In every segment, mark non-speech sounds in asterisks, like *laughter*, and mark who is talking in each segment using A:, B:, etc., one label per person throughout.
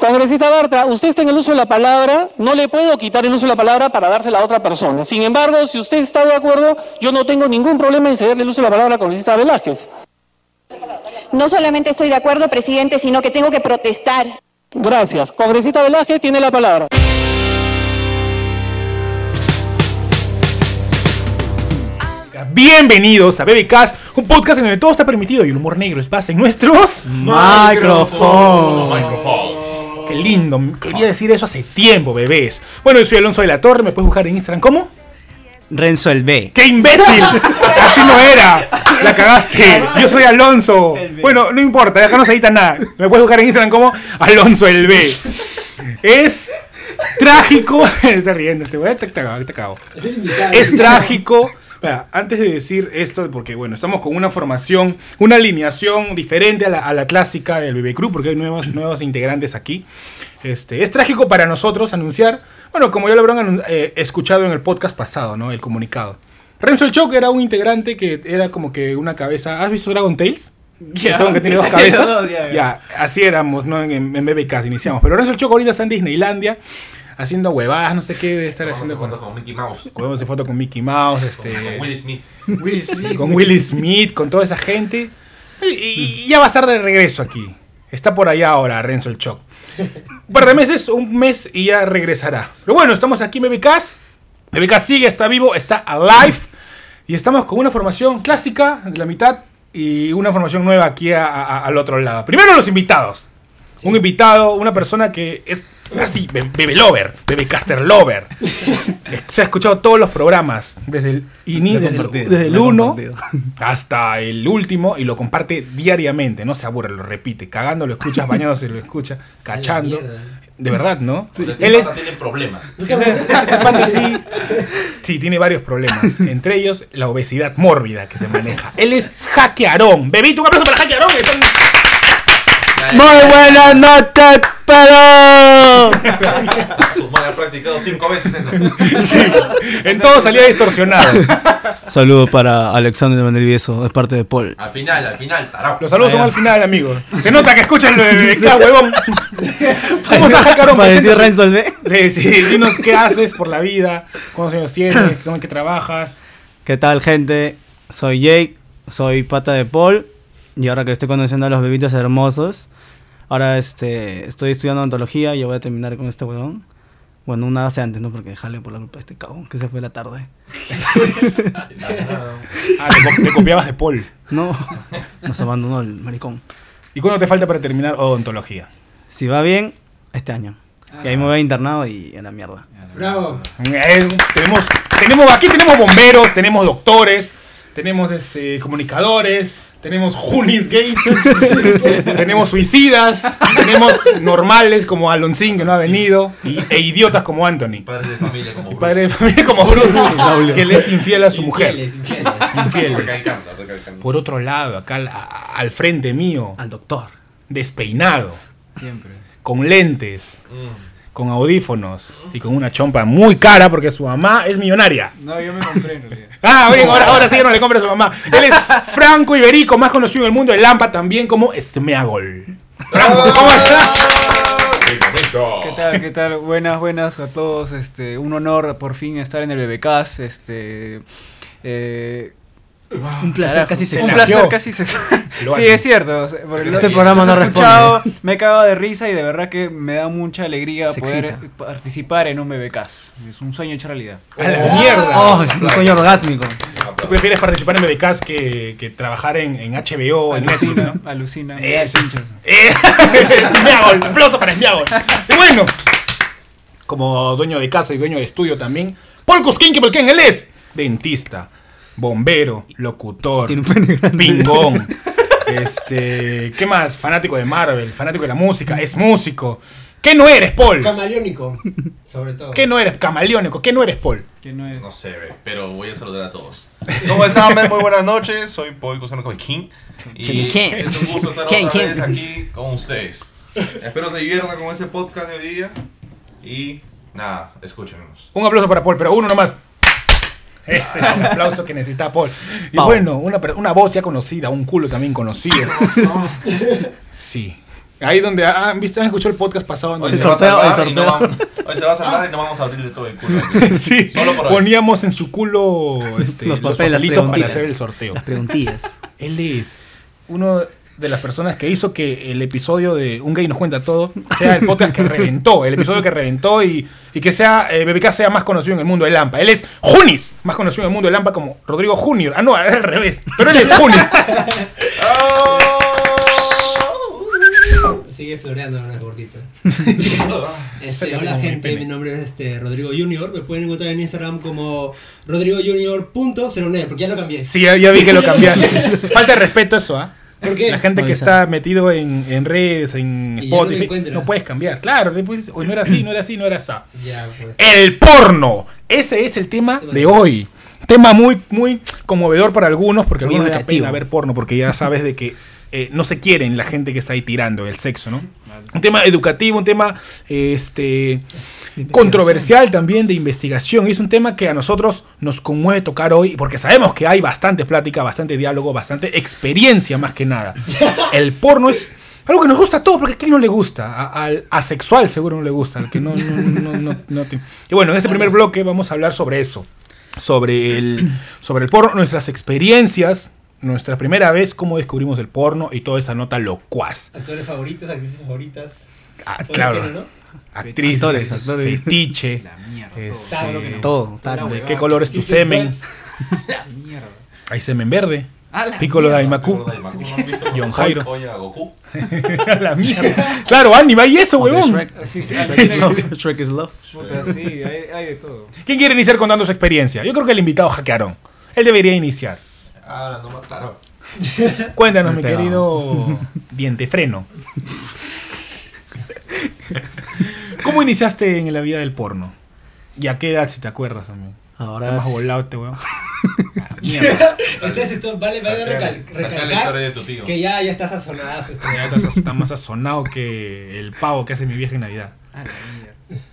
A: Congresista Bartra, usted está en el uso de la palabra, no le puedo quitar el uso de la palabra para dársela a otra persona. Sin embargo, si usted está de acuerdo, yo no tengo ningún problema en cederle el uso de la palabra al congresista Velázquez.
B: No solamente estoy de acuerdo, presidente, sino que tengo que protestar.
A: Gracias. Congresista Velázquez tiene la palabra.
C: Bienvenidos a BBCast, un podcast en donde todo está permitido y el humor negro es base en nuestros
D: Microphone.
C: Qué lindo, quería decir eso hace tiempo, bebés. Bueno, yo soy Alonso de la Torre, me puedes buscar en Instagram ¿cómo?
D: Renzo el B.
C: ¡Qué imbécil! Así no era. La cagaste. Yo soy Alonso. Bueno, no importa, déjanos editar nada. Me puedes buscar en Instagram como Alonso el B. Es trágico. *laughs* Está riendo este güey. Te, te cago, te cago. Es trágico. Espera, antes de decir esto, porque bueno, estamos con una formación, una alineación diferente a la, a la clásica del BB Crew, porque hay nuevas, nuevas integrantes aquí. Este, es trágico para nosotros anunciar, bueno, como ya lo habrán anun- eh, escuchado en el podcast pasado, ¿no? El comunicado. Renzo el Choc era un integrante que era como que una cabeza. ¿Has visto Dragon Tales?
D: Ya.
C: Que son que *laughs* tiene dos cabezas.
D: Dos, ya,
C: ya,
D: ya.
C: así éramos, ¿no? En, en, en BBK iniciamos. Pero Renzo el Choc ahorita está en Disneylandia haciendo huevadas, no sé qué debe estar haciendo con.
E: con Mickey Mouse.
C: Podemos hacer foto con Mickey Mouse, este.
E: Con Will Smith.
C: con Will Smith, con toda esa gente. Y, y ya va a estar de regreso aquí. Está por allá ahora Renzo el Choc. Un par de meses, un mes y ya regresará. Pero bueno, estamos aquí en BBKs. BBK sigue, está vivo, está alive. Y estamos con una formación clásica de la mitad y una formación nueva aquí a- a- al otro lado. Primero los invitados. Un invitado, una persona que es así, be- bebe lover, bebe caster
D: *laughs*
C: lover. Se ha escuchado todos los programas, desde el inicio,
D: Lo he
C: desde el-
D: compartido,
C: desde el
D: lo he
C: 1
D: compartido.
C: *laughs* hasta el último y lo comparte diariamente, no se aburre, lo repite, cagando lo escuchas, bañándose lo escucha, cachando. De verdad, ¿no? Él es
E: Tiene problemas.
C: *laughs* este pata sí, sí, tiene varios problemas. Entre ellos, la obesidad mórbida que se maneja. Él es Hackearón. Bebito, un aplauso para Hackearón. *laughs* Están-
D: Muy buenas noches, pero.
E: Su madre ha practicado cinco veces eso.
C: En todo salía distorsionado.
D: Saludos para Alexander Mandelvieso, es parte de Paul.
E: Al final, al final, tarao.
C: Los saludos son al final, amigos. Se nota que escuchan lo de Bebeca, huevón. ¿Cómo está Hackearón?
D: Para
C: Preséntate.
D: decir Renzo el B.
C: Sí, sí, dinos qué haces por la vida, cuántos años tienes, *laughs* cómo es que trabajas.
D: ¿Qué tal, gente? Soy Jake, soy pata de Paul. Y ahora que estoy conociendo a los bebitos hermosos, ahora este, estoy estudiando ontología y yo voy a terminar con este weón. Bueno, una hace antes, ¿no? Porque jale por la culpa de este cabrón que se fue la tarde.
C: Ah, te, co- te copiabas de Paul.
D: No, *laughs* nos abandonó el maricón.
C: ¿Y cuándo te falta para terminar odontología?
D: Si va bien, este año. Y
F: Ah.
D: ahí me voy a internado y a la mierda.
F: Bravo.
C: Eh, tenemos, tenemos, aquí tenemos bomberos, tenemos doctores, tenemos este, comunicadores, tenemos junis gays, *laughs* tenemos suicidas, tenemos normales como Alonsín que no ha venido, y- e idiotas como Anthony.
E: Padre de familia como
C: Padre de familia *laughs* como Bruno, que le es Pues. infiel a su mujer. Infieles.
E: Recalcando, *laughs* recalcando.
C: Por otro lado, acá al, a- al frente mío,
D: Al doctor.
C: despeinado,
F: Siempre.
C: con lentes, con audífonos y con una chompa muy cara porque su mamá es millonaria.
F: No, yo me compré en realidad.
C: *laughs* Ah, bien, ahora, ahora sí que no le compra a su mamá. Él es Franco Iberico, más conocido en el mundo de Lampa también como Smeagol. Franco, ¿cómo
E: Ah.
C: estás?
F: ¿Qué tal? ¿Qué tal? Buenas, buenas a todos. Este, un honor por fin estar en el BBCast. Este. eh,
D: Un placer
F: carajo,
D: casi
C: se
F: Un
C: nació.
F: placer
D: *laughs*
F: casi se.
C: Lo
F: sí,
C: amo.
F: es cierto. o sea, porque
D: Este
F: lo-
D: programa
F: los
D: no
F: he
D: responde.
F: escuchado, Me he cagado de risa y de verdad que me da mucha alegría
D: Se
F: poder
D: excita.
F: participar en un BBCast. Es un sueño hecho realidad.
C: A la mierda.
D: Oh, un sueño orgásmico.
C: ¿Tú prefieres participar en BBKs que, que trabajar en, en HBO
F: Ah,
C: o en Netflix,
F: Alucina,
C: no?
F: alucina.
C: Eso es.
F: muchas hinchas.
C: Eh, *laughs* Smeagol, aplauso para Smeagol. Y bueno, como dueño de casa y dueño de estudio también, Paul Cusquín, que Polquén, él es dentista, bombero, locutor,
D: Tiene un pene grande. *laughs*
C: pingón. Este, ¿qué más? Fanático de Marvel, fanático de la música, es músico. ¿Qué no eres, Paul?
G: Camaleónico, sobre todo.
C: ¿Qué no eres? Camaleónico, ¿qué no eres, Paul?
F: Que no es-
E: No sé, ve, pero voy a saludar a todos. *laughs* ¿Cómo están? Muy buenas noches. Soy Paul Gusano con King. Y
D: King, King.
E: es un gusto estar
D: King,
E: otra
D: King.
E: vez aquí con ustedes. Espero se diviertan con este podcast de hoy día. Y nada, escúchenos.
C: Un aplauso para Paul, pero uno nomás. Ese es el aplauso que necesita Paul. Y
D: Pau.
C: bueno, una, per- una voz ya conocida, un culo también conocido. Sí. Ahí donde ah, han visto, han escuchado el podcast pasado. ¿no?
E: Hoy
D: El
E: se va a
D: sorteo, el
E: salvar y no
D: sorteo.
E: vamos- hoy se va a salvar y no vamos a abrirle todo el culo.
C: *laughs*
E: aquí.
C: Sí,
E: Solo por hoy.
C: poníamos en su culo este, los,
D: Los papeles, las
C: papelitos para
D: preguntitas.
C: hacer el sorteo.
D: Las
C: *laughs*
D: preguntillas.
C: Él es uno de las personas que hizo que el episodio de Un Gay nos cuenta todo sea el podcast que reventó, el episodio que reventó y, y que sea eh, BBK sea más conocido en el mundo del Lampa. Él es Junis, más conocido en el mundo del Lampa como Rodrigo Junior. Ah, no, al revés, pero él *laughs* es Junis.
E: ¡Oh!
H: Sigue floreando la gordita. *laughs* Este, hola gente, mi nombre es este, Rodrigo Junior. Me pueden encontrar en Instagram como rodrigojunior.09 porque ya lo cambié.
C: Sí, ya, ya vi que lo cambiaste. Falta de respeto eso, ¿ah?
H: ¿Por qué?
C: La gente que
D: Avisar.
C: está metido en, en redes, en
H: Y ya no lo
C: Spotify, no,
H: encuentra.
C: puedes cambiar. Claro, después, hoy no era así, no era así, no era así.
H: Ya, pues.
C: El porno. Ese es el tema de hoy. Tema muy, muy conmovedor para algunos, porque
D: Muy
C: algunos les da
D: negativo.
C: pena ver porno, porque ya sabes de que eh, no se quieren la gente que está ahí tirando el sexo, ¿no? Un tema educativo, un tema este controversial también de investigación. Y es un tema que a nosotros nos conmueve tocar hoy, porque sabemos que hay bastante plática, bastante diálogo, bastante experiencia más que nada. El porno es algo que nos gusta a todos, porque a quién no le gusta. A- al asexual seguro no le gusta, al que no, no, no, no- no te- Y bueno, en este primer bloque vamos a hablar sobre eso. Sobre el, sobre el porno, nuestras experiencias, nuestra primera vez, cómo descubrimos el porno y toda esa nota locuaz.
H: Actores favoritos, actrices favoritas.
C: Ah,
H: Todo
C: claro.
H: tiene, ¿no?
C: Actrices,
D: Actores, actores.
C: fetiche.
F: todo.
C: este,
H: Tablo que no.
D: Todo, tal.
C: ¿De qué color es tu semen? Hay semen verde. Piccolo Daimaku.
E: Daimaku, ¿no han visto
C: John
E: cómo
C: Jairo.
E: Oye, a Goku.
C: *laughs* A la mierda. Claro, anima y eso, huevón.
D: Shrek.
F: Sí, sí,
D: Shrek is- Shrek is *laughs* love.
F: puta, sí, hay, hay de todo.
C: ¿Quién quiere iniciar contando su experiencia? Yo creo que el invitado hackearon. Él debería iniciar.
E: Ahora no más Ah, claro.
C: Cuéntanos, mi
D: Te amo.
C: *laughs* querido diente freno. ¿Cómo iniciaste en la vida del porno? ¿Y a qué edad, si te acuerdas también?
D: Ahora.
C: Estás
D: es-
C: volado este huevón.
H: Este es esto, vale, vale
E: Saca saca la
H: recal-
E: historia
H: recalcar
E: de tu tío.
H: que ya, ya estás sazonadas. Este,
C: Ya estás- Está más asonado que el pavo que hace mi vieja en Navidad.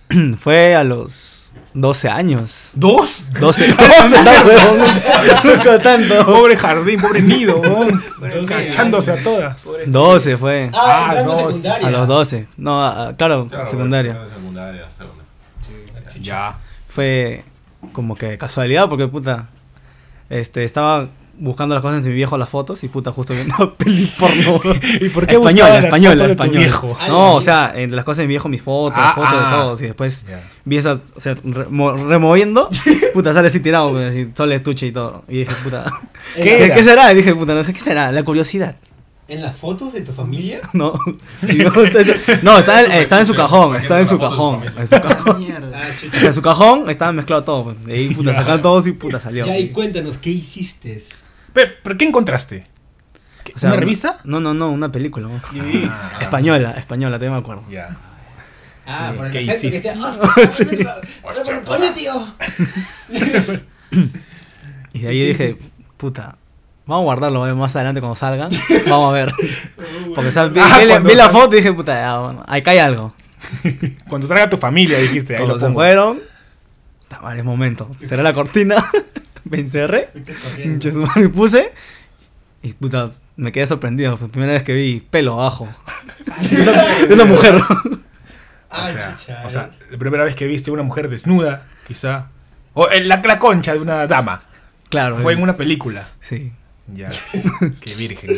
D: *clears throat* Fue a los
C: *laughs*
D: 12 años.
C: ¿Dos?
D: *laughs* 12. 12, no,
C: *laughs*
D: huevón. Nunca tanto.
C: Pobre jardín, pobre nido, *laughs* huevón.
H: Pobre
C: Cachándose a
H: nido.
C: todas.
D: 12 fue.
C: Ah,
H: Ah, entrando
C: no,
H: secundaria.
D: A los 12. No, a- a- claro,
E: Claro,
D: secundaria.
E: bueno, Secundaria, secundaria.
C: Ya.
D: Fue como que casualidad, porque puta. Este, estaba buscando las cosas en mi viejo las fotos y puta, justo viendo *laughs* peli porno.
C: ¿Y por qué
D: española,
C: buscabas las
D: española,
C: fotos de tu
D: española.
C: viejo?
D: No, o sea, entre las cosas de mi viejo, mis fotos,
C: Ah,
D: fotos
C: ah.
D: de todos. Y después
C: Ya.
D: vi esas, o sea, remo- removiendo. *laughs* puta, sale así tirado, pues, así, todo el estuche y todo. Y dije, puta.
H: ¿Qué
D: ¿Qué,
C: era?
D: qué será? Y dije, puta, no sé qué será. La curiosidad.
H: ¿En las fotos de tu familia?
D: No, *laughs* Sí, no, o sea, no, estaba, en- estaba en su cajón, estaba en su cajón. En su cajón.
H: Ah,
D: O
H: chucha.
D: sea, en su cajón estaba mezclado todo. pues. De ahí, puta, sacaron todos y puta salió.
H: Ya, y cuéntanos, ¿qué hiciste?
C: Pero, ¿pero qué encontraste?
D: O sea,
C: ¿Una revista?
D: No, no, no, una película. ¿no? Española, española, todavía me acuerdo.
C: Ya.
H: Ah, para
C: ¿Qué
H: la gente que
C: hiciste?
H: esté. ¡Ah, pero coño, tío!
D: Y de ahí dije, puta, vamos a guardarlo eh, más adelante
C: *laughs*
D: cuando salgan. Vamos a ver. Porque o sea, vi,
C: Ah,
D: vi la-
C: cuando
D: vi la
C: salga.
D: foto y dije, puta, ya, bueno, acá hay algo.
C: Cuando salga tu familia, dijiste. Ahí
D: Cuando
C: lo
D: se
C: pongo.
D: fueron, está mal, es momento. Cerré la cortina, *laughs* me encerré, pinche su madre, me puse y puta, me quedé sorprendido. Fue la primera vez que vi pelo
C: *laughs*
D: abajo de una- de una mujer.
H: Ah,
C: O sea,
H: chucha.
C: o sea, la primera vez que viste una mujer desnuda, quizá. O en la, la concha de una dama.
D: claro.
C: Fue
D: eh,
C: en una película.
D: Sí.
H: *laughs*
C: Ya. Qué virgen.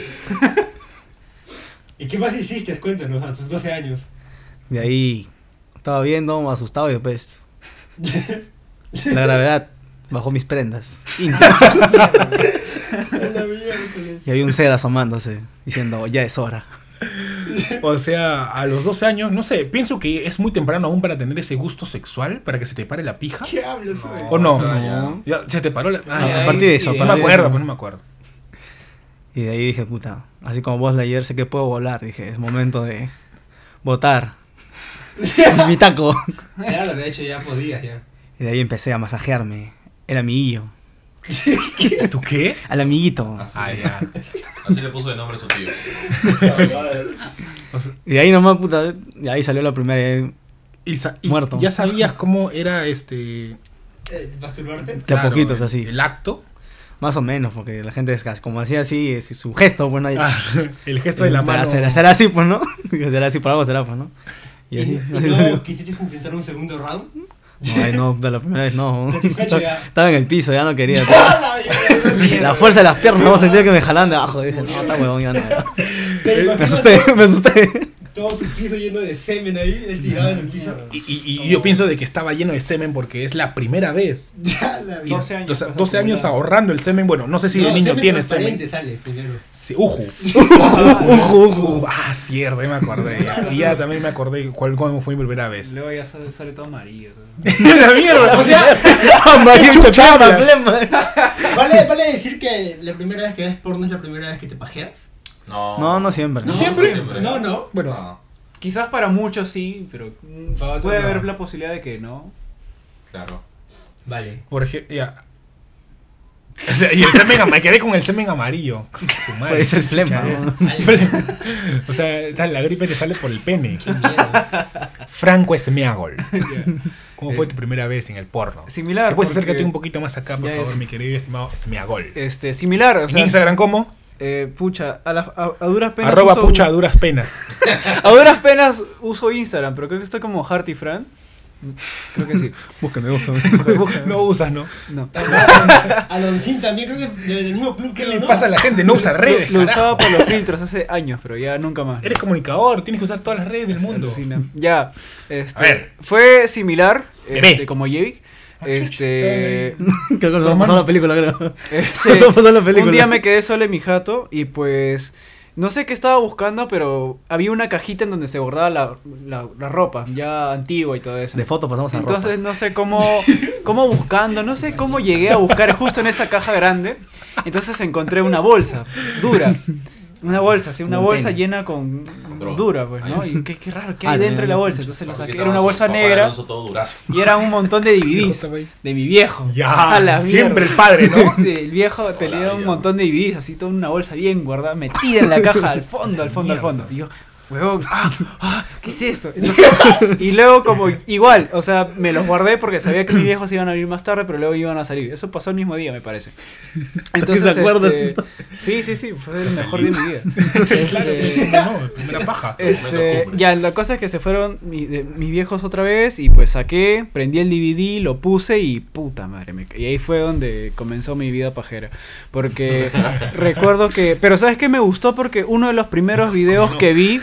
H: ¿Y qué más hiciste? Cuéntanos, a tus 12 años.
C: *laughs*
D: De ahí estaba viendo, asustado y después la gravedad bajó mis prendas.
H: La miércoles.
D: Y había un ser asomándose, diciendo, ya es hora.
C: O sea, a los 12 años, no sé, pienso que es muy temprano aún para tener ese gusto sexual, para que se te pare la pija.
H: ¿Qué hablas hoy?
C: ¿O no?
E: o sea, ya.
C: Ya, se te paró la.
D: No, a partir de eso, a
C: No me
D: partir de
C: acuerdo,
D: eso.
C: pues no me acuerdo.
D: Y de ahí dije, puta, así como vos ayer sé que puedo volar. Dije, es momento de votar mi taco.
H: Claro, de hecho ya podías, ya.
D: Y de ahí empecé a masajearme. El amiguillo.
C: ¿Tú qué?
D: Al amiguito.
E: Así,
C: Ah, ya.
E: así le puso de nombre a su tío.
D: Y de ahí nomás, puta, de ahí salió la primera. y ahí
C: Y sa- y
D: Muerto.
C: Ya sabías cómo era este.
H: Eh, ¿Masturbarte?
D: De a poquitos,
C: el-
D: así.
C: El acto.
D: Más o menos, porque la gente, es como hacía así, es su gesto, pues, bueno. ahí- *laughs*
C: Ah, *laughs* el gesto de la
D: Será-
C: mano.
D: Será, será así, pues, ¿no? *laughs* será así, por algo será, pues, ¿no?
H: ¿Y,
D: Y así.
H: y no quisiste intentar un
C: *laughs*
H: segundo round?
D: *laughs* Ay, no, de la primera vez no.
H: Satisfecho ya.
D: Estaba en el piso, ya no quería.
H: ¡Hala! Ya,
D: La fuerza de las piernas, no sentía que me jalaban de abajo. Dije, no, está huevón, ya no.
H: Te imagino
D: eh, Me asusté, me asusté.
H: Todo su piso lleno de semen ahí, él tirado en el piso.
C: *laughs* Y, y- y yo pienso de que estaba lleno de semen porque es la primera vez.
H: Ya, la
C: Y,
F: 12 años
C: o sea,
F: has
C: 12 años
F: acumulado.
C: ahorrando el semen. Bueno, no sé si
H: No,
C: de niño
H: semen
C: tiene
H: transparente
C: semen.
H: sale primero.
C: Sí, *laughs* uju. uju, uju, uju. Ah, cierto, ya me acordé. Y ya también me acordé cuál, cómo fue mi primera
F: *laughs*
C: vez. *laughs*
F: Luego ya sale, sale todo amarillo.
C: la mierda. Ah, O *laughs* sea,
D: *laughs*
C: chuchaba.
H: Vale, vale decir que la primera vez que ves porno es la primera vez que te pajeas.
E: No. Ah,
D: No, no *laughs* siempre.
C: No siempre.
H: No, no.
C: Bueno,
F: Quizás para muchos sí, pero mm,
H: Para otros
F: puede
H: no.
F: haber la posibilidad de que no.
E: Claro.
H: Vale.
C: por ejemplo, ya. O sea, y el semen, ama- me quedé con el semen amarillo. Con su madre.
D: Puede ser flema.
C: Chucha,
D: ¿no?
C: *laughs*
H: Vale.
C: O sea, tal, la gripe te sale por el pene.
H: Qué miedo.
C: Franco Esmeagol. ¿Cómo fue tu primera vez en el porno?
F: Similar,
C: Si puedes
F: porque-
C: acércate un poquito más acá, por
F: Ya
C: favor,
F: es.
C: mi querido y estimado Esmeagol.
F: Este, similar, o
C: en
F: sea,
C: Instagram, ¿cómo?
F: eh, pucha, a, las- a- a duras penas.
C: Arroba
F: uso-
C: pucha a duras penas.
F: *laughs* A duras penas uso Instagram, pero creo que estoy como Harty Fran. Creo
C: *laughs*
F: que sí.
D: Búscame, búscame.
C: no usas, ¿no? *laughs*
F: No.
H: Aloncín también creo que de- del mismo club
C: ¿Qué
H: que él,
C: le
H: ¿no?
C: pasa a la gente? No usa redes.
F: Lo, lo
C: carajo.
F: usaba por los filtros hace años, pero ya nunca más.
C: Eres comunicador, tienes que usar todas las redes del mundo.
F: Alucina. Ya.
C: A
F: Este,
C: ver. Ah,
F: fue similar,
C: Bebé.
F: este, como Jake. Este,
D: Creo que nos
C: Tu
D: ha
C: hermano.
D: pasado la película, creo. *laughs*
F: Este,
D: Eso pasó en la película.
F: Un día me quedé solo en mi jato y pues no sé qué estaba buscando, pero había una cajita en donde se guardaba la, la- la ropa, ya antigua y todo eso.
D: De foto pasamos a ropa.
F: Entonces no sé cómo, cómo buscando, no sé cómo llegué a buscar justo en esa caja grande. Entonces encontré una bolsa dura. Una bolsa, sí, una
D: Un
F: bolsa
D: pene.
F: llena con
E: Con droga.
F: dura, pues,
E: Ay.
F: ¿no? Y qué, qué raro, ¿qué
D: Ah,
F: hay
D: ya,
F: dentro de la
D: ya,
F: bolsa? Entonces lo
E: Claro,
F: saqué.
E: porque
F: Era una
E: estabas-
F: bolsa
E: papá
F: negra
E: Alonso todo durazo.
F: y era un montón de DVDs de mi viejo.
C: Ya,
F: *laughs* A la
C: siempre
F: mierda.
C: el padre, ¿no?
F: *laughs* El viejo tenía un
E: vida.
F: montón de DVDs, así toda una bolsa bien guardada, metida en la caja, al fondo, al fondo, al fondo. Y yo, huevón, *laughs* ah, ah, ¿qué es esto? Entonces, y luego como igual, o sea, me los guardé porque sabía que mis viejos iban a venir más tarde, pero luego iban a salir. Eso pasó el mismo día,
C: *laughs*
F: me parece.
D: se acuerdas
F: este,
D: entonces?
F: sí, sí, sí, fue el mejor día de mi vida.
C: *laughs*
F: Este,
C: No, no, primera paja.
E: Momento
F: este,
E: cumbre.
F: ya, la cosa es que se fueron mi- de- mis viejos otra vez y pues saqué, prendí el DVD, lo puse y puta madre, me, ca- y ahí fue donde comenzó mi vida pajera.
C: *laughs*
F: Porque recuerdo que, pero ¿sabes qué me gustó? Porque uno de los primeros videos que vi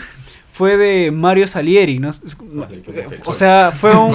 F: fue de Mario Salieri, ¿no? Es- O sea, fue un...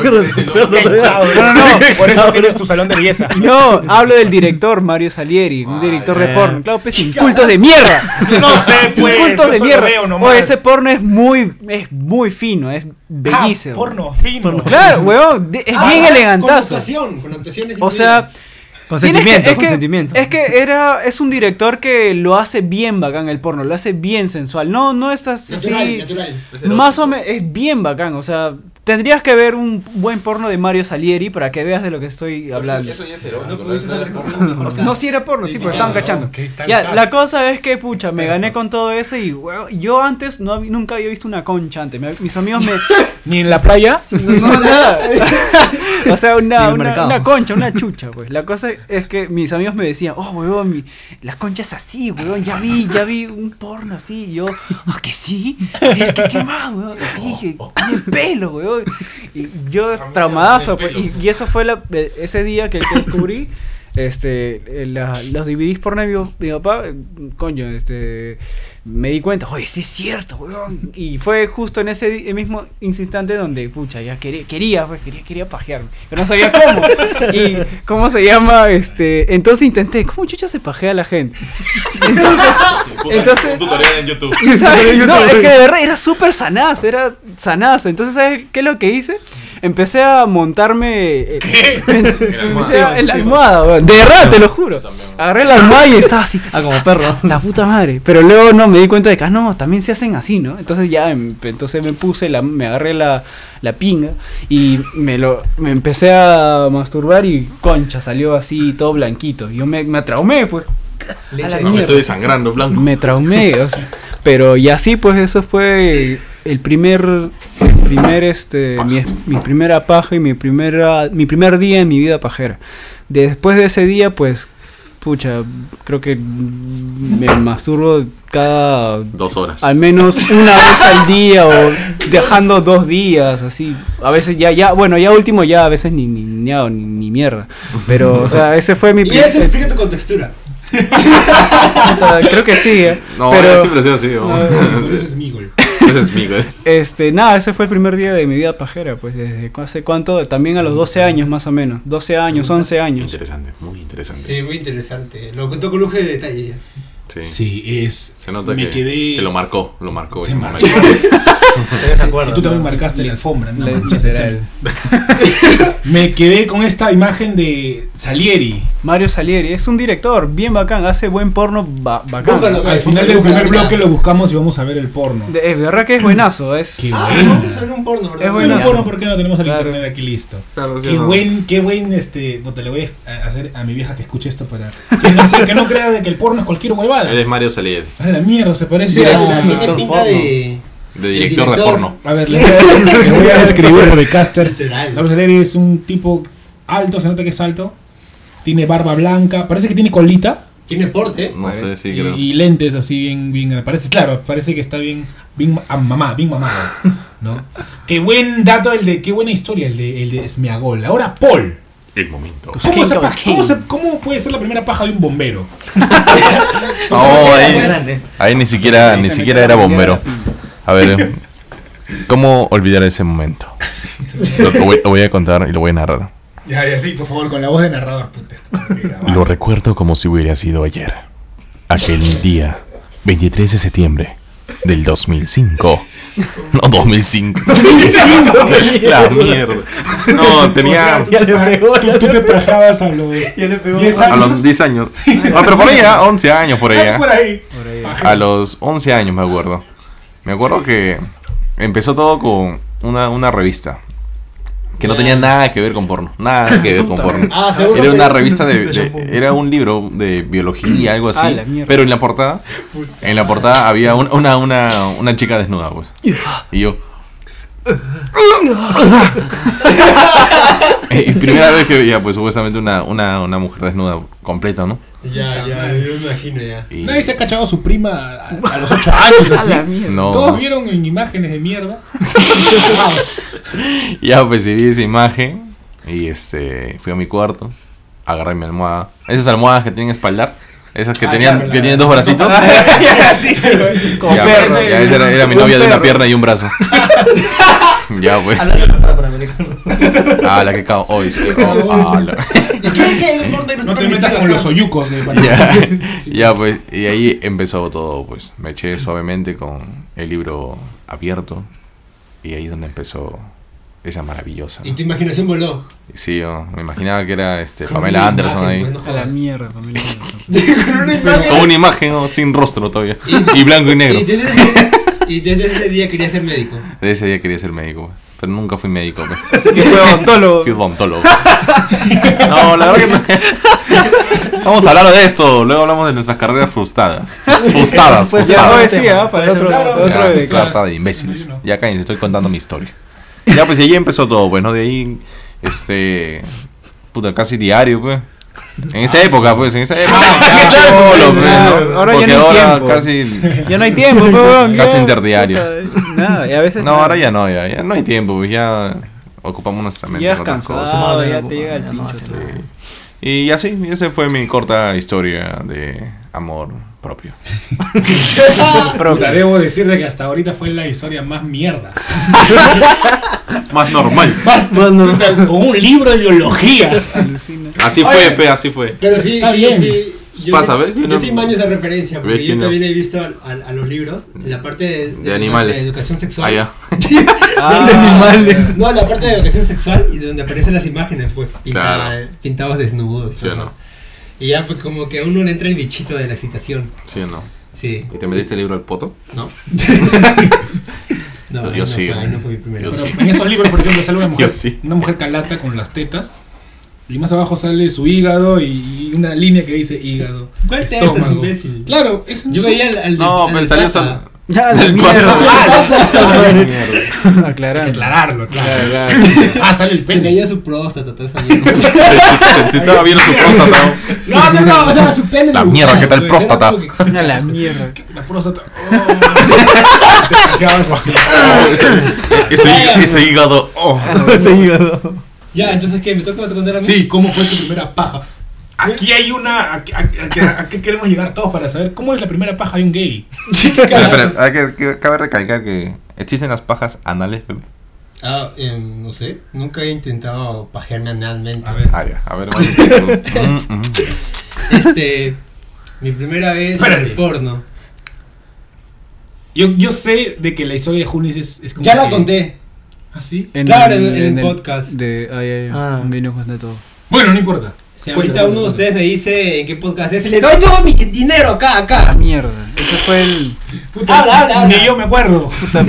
C: No, no, no, por eso tienes tu salón de belleza.
F: *laughs* No, hablo del director Mario Salieri, un
E: Ah,
F: director de
D: ya.
F: porno. Claro, pues incultos de mierda.
C: *laughs* No sé, pues.
F: Incultos
C: yo
F: de
C: solo veo
F: mierda.
C: nomás.
F: Oye, ese porno es muy, es muy fino, es
C: Ah,
F: bellísimo.
C: Porno fino.
F: Claro, weón, de- es
H: Ah,
F: bien
H: o sea,
F: elegantazo.
H: Con actuación, con actuaciones
F: O sea, tienes que-
D: Consentimiento,
F: es que,
D: consentimiento.
F: es que era, es un director que lo hace bien bacán el porno, lo hace bien sensual. No, no es así.
H: incluidas. natural, natural.
E: Es erótico.
F: Más o menos, es bien bacán, o sea, tendrías que ver un buen porno de Mario Salieri para que veas de lo que estoy
E: Pero
F: hablando.
E: Eso ya es erótico.
H: No
E: ¿verdad?
H: pudiste saber
E: Claro.
H: cómo mejor
F: *laughs* No, si era porno, sí, pero estaban cachando.
C: ¿Qué tal
F: Ya,
C: caso?
F: la cosa es que, pucha, me gané con todo eso y, weón, yo antes no, hab- nunca había visto una concha antes. Me- mis amigos me,
C: Ni en la playa.
F: No, nada. *laughs* o sea,
D: Ni
F: una,
D: el
F: una,
D: mercado.
F: una concha, una chucha, pues. La cosa es que mis amigos me decían, oh, weón, mi- la concha es así, weón. Ya vi, ya vi un porno así. Y yo, ah, que sí. ¿Qué, qué- qué más, weón? Sí, que tiene pelo, weón. Y yo, traumadazo, pues. Y, y eso fue la- eh, ese día que, que descubrí. Este, eh, la- los DVDs porno de mi, mi papá, eh, coño, este, me di cuenta, oye, sí es cierto, weón. Y fue justo en ese di- mismo instante donde, pucha, ya quería, quería, pues, quería, quería pajearme, pero no sabía cómo. y, ¿cómo se llama? Este, entonces intenté, ¿cómo chucha se pajea la gente? Entonces, Entonces-
E: Un tutorial
I: *laughs*
E: en YouTube. *laughs*
F: y, ¿sabes? No, es que de verdad era súper sanaz, era sanaz. Entonces, ¿sabes qué es lo que hice? Empecé a montarme eh, empecé a- en la almohada, weón. De verdad, te lo juro.
E: También, weón.
F: Agarré la almohada y estaba así.
D: Ah, como perro.
F: *laughs* La puta madre. Pero luego no me di cuenta de que, ah, no, también se hacen así, ¿no? Entonces ya, em- entonces me puse, la, me agarré la, la pinga y me lo me empecé a masturbar y concha, salió así todo blanquito. Yo me, me traumé, pues. A la
E: No, me
F: mierda.
E: estoy desangrando, blanco.
F: Me traumé, o sea. Pero y así, pues eso fue el primer, el primer, este, mi, mi primera paja y mi primera, mi primer día en mi vida pajera. Después de ese día, pues, Pucha, creo que me masturbo cada.
I: Dos horas.
F: Al menos una vez al día o dejando dos días, así. A veces ya, ya, bueno, ya último ya, a veces ni ni, ni, hago ni, ni mierda. Pero, o sea, ese fue mi
H: Y
F: pri-
H: eso explica tu contextura.
F: Creo que sí, ¿eh?
I: No,
F: pero,
I: yo siempre ha sido así.
H: No,
I: vamos.
F: *laughs*
I: *laughs*
H: eso es mi gol.
I: Ese es mi, güey.
F: este, nada, ese fue el primer día de mi vida pajera, pues desde cu- hace cuánto, también a los 12 años más o menos, 12 años, 11 años.
I: Interesante, muy interesante.
H: Sí, muy interesante. Lo contó con lujo de detalle ya.
I: Sí.
C: Sí, es.
I: Se nota
C: me
I: que,
C: quedé.
I: que lo marcó, lo marcó.
C: Te
I: ese
C: marcó.
I: momento.
C: Y tú también marcaste la alfombra, ¿no? manches, era el- *laughs* Me quedé con esta imagen de Salieri.
F: Mario Salieri es un director bien bacán, hace buen porno ba- bacán.
H: Búscalo.
C: Al final del primer bloque lo buscamos y vamos a ver el porno.
F: De, es verdad que es buenazo, es...
C: Qué
H: Ah,
C: bueno.
H: vamos a ver un porno, ¿verdad?
F: Es
C: Bueno,
F: buenazo.
C: porno porque no tenemos el
F: Claro.
C: internet aquí listo.
I: Claro, sí,
C: Qué
I: no.
C: buen, qué buen, este, no te le voy a hacer a mi vieja que escuche esto para que no, se- que no crea de que el porno es cualquier huevada. *laughs*
I: Eres Mario Salieri,
C: A la mierda, se parece
H: Mira,
C: a...
H: tiene pinta de.
I: de
H: El
I: director, de
H: director.
I: porno.
C: A *laughs* ver, le voy a, este le voy a describir de casters.
H: Literal.
C: López Alegre es un tipo alto, se nota que es alto. Tiene barba blanca, parece que tiene colita
H: Tiene porte.
I: No sé si
C: y,
I: creo.
C: y lentes así bien, bien. Parece, claro, parece que está bien, bien ma- ah, mamá, bien mamado. ¿no? qué buen dato el de, qué buena historia el de, el de Smeagol. Ahora Paul.
I: El momento.
E: Pues,
C: ¿Cómo,
F: King
C: se
F: of
C: pa-
F: King.
C: cómo se- cómo puede ser la primera paja de un bombero?
E: No,
F: grande.
E: Ah, oh, ahí, ahí ni siquiera, ni siquiera era bombero. A ver, ¿cómo olvidar ese momento? Lo, lo voy, lo voy a contar y lo voy a narrar.
C: Ya, ya, sí, por favor, con la voz de narrador, puta.
E: Lo recuerdo como si hubiera sido ayer. Aquel día, 23 de septiembre del 2005. No, 2005. La mierda. No, tenía...
J: Ya le pegó,
C: Ah, Tú, tú te pajabas a los
J: ya le pegó.
C: 10
E: A
C: años.
E: los 10 años. Ah, pero por ahí, ¿ah? 11 años por ahí. ¿ah?
C: Por ahí.
E: A los 11 años me acuerdo. Me acuerdo que empezó todo con una, una revista. Que no tenía nada que ver con porno. Nada que ver con porno.
H: Ah, seguro
E: Era
H: que-
E: una revista de, de- Era un libro de biología, algo
F: Ah,
E: así.
F: la mierda.
E: Pero en la portada. En la portada había un- una, una, una chica desnuda, pues. Y yo. *laughs* Eh, primera vez que veía, pues, supuestamente una, una, una mujer desnuda completa, ¿no?
H: Ya, ya, yo me imagino ya.
E: Y-
C: Nadie se ha cachado a su prima a, a los 8 años.
F: *laughs* A
C: así.
F: la mierda.
E: no.
C: Todos vieron en imágenes de mierda.
E: *laughs* Ya pues y vi esa imagen y este fui a mi cuarto, agarré mi almohada. Esas almohadas que tienen espaldar, esas que
F: Ah,
E: tenían que tienen dos
F: *laughs*
E: bracitos.
F: *laughs* Sí, sí, güey. Como
E: ya, pues,
F: perro.
E: ya, esa era, era mi
F: Un
E: novia de una
F: perro.
E: pierna y un
F: *laughs*
E: brazo. ya pues. Ah, la que cago hoy. sí, oh, ah, la-
H: ¿Y qué, qué el porte no está
C: No te metas
H: permitido
C: con
H: acá?
C: los oyucos de
F: *laughs*
E: ya, ya pues y ahí empezó todo pues. Me eché suavemente con el libro abierto y ahí es donde empezó esa maravillosa.
H: Y tu imaginación voló.
E: Sí, yo me imaginaba que era este Pamela Anderson ahí.
F: A la mierda,
E: *laughs*
F: Pamela.
H: pues, *laughs* Con una imagen.
E: Con una imagen ¿no? sin rostro todavía. Y blanco y negro.
H: Y desde, ese día, y desde ese día quería ser médico.
E: De ese día quería ser médico, güey. pero nunca fui médico. güey.
F: Fue odontólogo.
E: Fui odontólogo. No, la verdad que no. Vamos a hablar de esto. Luego hablamos de nuestras carreras
F: *laughs*
E: frustradas. Frustradas.
F: Pues ya lo
E: frustradas.
F: decía, ¿ah? para el otro,
C: Claro.
F: para otro
E: Ya,
F: bebé.
E: Carta de imbéciles. Ya cállense, estoy contando mi historia. Ya, pues y ahí empezó todo, bueno, de ahí, este, puta, casi diario, pues. En esa época, pues, en esa
F: *laughs*
E: época.
F: ya,
E: Cholo, pues,
F: claro.
E: ¿no?
F: Ahora ya
E: Porque
F: no hay
E: ahora
F: tiempo.
E: casi
F: Ya no hay
E: *laughs*
F: tiempo, pues, weón,
E: Casi
F: ya,
E: interdiario.
F: puta, Nada, y a veces.
E: No, ahora ya no, ya, ya no hay tiempo, pues ya ocupamos nuestra mente.
F: Llegas
E: con otras
F: cansado, ya te llega el pincho.
E: cosas, sí. Y así, y esa fue mi corta historia de amor propio.
C: Puta, debo decirte que hasta ahorita fue la historia más
F: *laughs*
C: mierda.
E: Más normal.
C: Puta, Con un libro de biología.
F: *laughs*
E: Así
H: Oye.
E: fue, pe, así fue.
H: Pero sí,
C: Está
H: sí,
C: bien.
H: sí. Yo,
E: Pasa,
H: yo-
E: ¿ves?
H: Yo
E: No-
H: sí maño esa referencia, porque
E: ¿Ves que
H: yo
E: no?
H: también he visto al- al- a, los libros la parte de,
E: Mm. De animales.
H: de educación sexual.
E: Ah,
H: *laughs*
E: ya. *laughs*
F: Ah,
H: Donde-
F: animales.
H: No, la parte de educación sexual y donde aparecen las imágenes, pues, pintada-
E: Claro.
H: pintados desnudos.
E: Sí o
H: ajá.
E: no.
H: Y ya pues como que a uno le entra el bichito de la excitación.
E: Sí o no.
H: Sí.
E: ¿Y te metiste el libro al poto? *laughs*
H: ¿No? no,
E: Pues Yo
H: ahí no
E: sí,
H: fue, ahí
E: yo-
H: no fue mi primera.
E: yo
C: Pero en esos libros, por ejemplo, sale una mujer,
E: Yo sí.
C: una mujer calata con las tetas. Y más abajo sale su hígado y una línea que dice hígado.
H: ¿Cuál te
F: Este
C: estómago.
H: imbécil?
C: Claro, es
H: Yo veía al, al de-
E: No,
H: al
E: pero
H: de
E: salió
H: Tata.
E: sal-
J: Ya,
E: *laughs*
J: la
C: Ah,
J: mierda.
C: *laughs* Hay que
J: Aclarando.
C: aclararlo, claro. Ah, sale el
H: Se
C: pene.
H: caía su próstata, toda esa
E: *laughs*
H: mierda.
E: Se, se estaba viendo su próstata.
C: *laughs*
H: No, no, no, o sea, su pene.
E: La
H: dibujado,
E: mierda, ¿qué tal
H: güey.
E: próstata?
H: Era como que-
J: A la mierda.
C: La
J: *laughs*
C: próstata. Oh. Te trajeabas así.
E: Ese, ese, ese hígado. oh.
J: Ese hígado.
H: Ya, entonces, ¿qué? ¿Me toca contar a mí?
C: Sí, ¿cómo fue tu primera paja? Aquí hay una. ¿A, a- a- a qué queremos llegar todos para saber cómo es la primera paja de un gay?
E: Espera, espera, hay que, que- cabe recalcar que existen las pajas anales, bebé.
H: Ah, em, no sé. Nunca he intentado pajearme analmente.
C: A ver.
E: Ah, ya, a ver, vamos. Mm, mm.
H: Este. Mi primera vez en
C: Espérate.
H: el porno.
C: Yo, yo sé de que la historia de Junis es, es como.
H: Ya la
C: que-
H: conté. Eh.
C: ¿Ah, sí?
H: Claro, en- en el podcast.
F: De, ay, ay, ay,
J: Ah.
F: vino Juan de todo.
C: Bueno, no importa.
H: Si ahorita uno de ustedes me dice en qué podcast es, le doy todo mi dinero acá,
F: La
H: acá.
F: mierda. Ese fue el.
C: Puta,
H: Habla, habla,
C: Ni
H: habla.
C: yo me acuerdo.
F: Puta.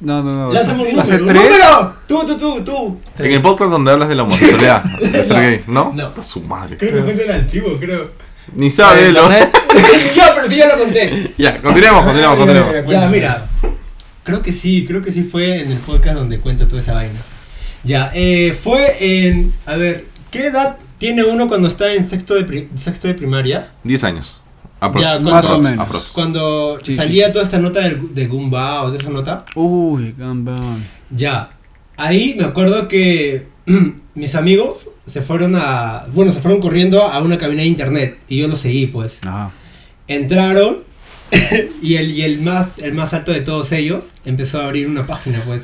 F: no, no, no.
H: Lánzame un
F: Hace
H: número.
F: tres.
H: ¡Número! Tú, tú, tú, tú.
E: En el podcast donde hablas de la homosexualidad, de ser gay, ¿no?
H: No.
E: Puta Su madre.
H: Creo que fue del antiguo, *laughs* creo.
E: Ni sabe, ¿no?
H: Ya, pero sí ya lo conté.
E: *laughs* Ya, continuemos, continuemos, continuemos.
H: Ya, mira. Creo que sí, creo que sí fue en el podcast donde cuenta toda esa vaina. Ya, eh, fue en. A ver, ¿qué edad tiene uno cuando está en sexto de, pri- sexto de primaria?
E: 10 años. Aprox,
H: Ya,
E: aprox,
H: más o
F: menos.
E: aprox.
H: Cuando
F: Sí,
H: salía toda esta nota del- de Goomba o de esa nota,
F: Uy, gambón.
H: ya. Ahí me acuerdo que *clears throat* mis amigos se fueron a. Bueno, se fueron corriendo a una cabina de internet y yo los seguí, pues.
F: Ajá.
H: Entraron *laughs* y, el, y el, más, el más alto de todos ellos empezó a abrir una página, pues.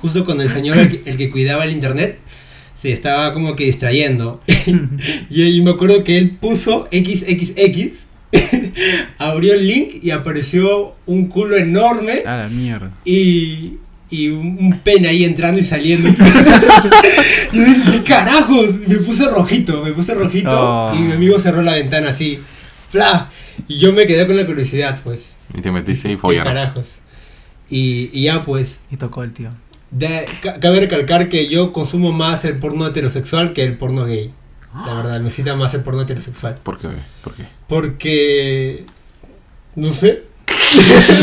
H: Justo cuando el señor, el que, el que cuidaba el internet, se estaba como que distrayendo. *laughs* y, y me acuerdo que él puso XXX, *laughs* abrió el link y apareció un culo enorme
F: A la mierda.
H: y, y un, un pene ahí entrando y saliendo. *laughs* y yo dije, "¿Qué carajos? Me puse rojito, me puse rojito.
F: Oh.
H: Y mi amigo cerró la ventana así. ¡Fla! Y yo me quedé con la curiosidad, pues.
E: Y te metiste ahí
H: ¿Qué
E: follar.
H: carajos? Y, y ya, pues.
J: Y tocó el
F: *laughs*
J: tío.
H: de- ca- cabe recalcar que yo consumo más el porno heterosexual que el porno gay. La verdad, me excita más el porno heterosexual.
E: ¿Por qué, bebé? ¿Por qué?
H: Porque. No sé.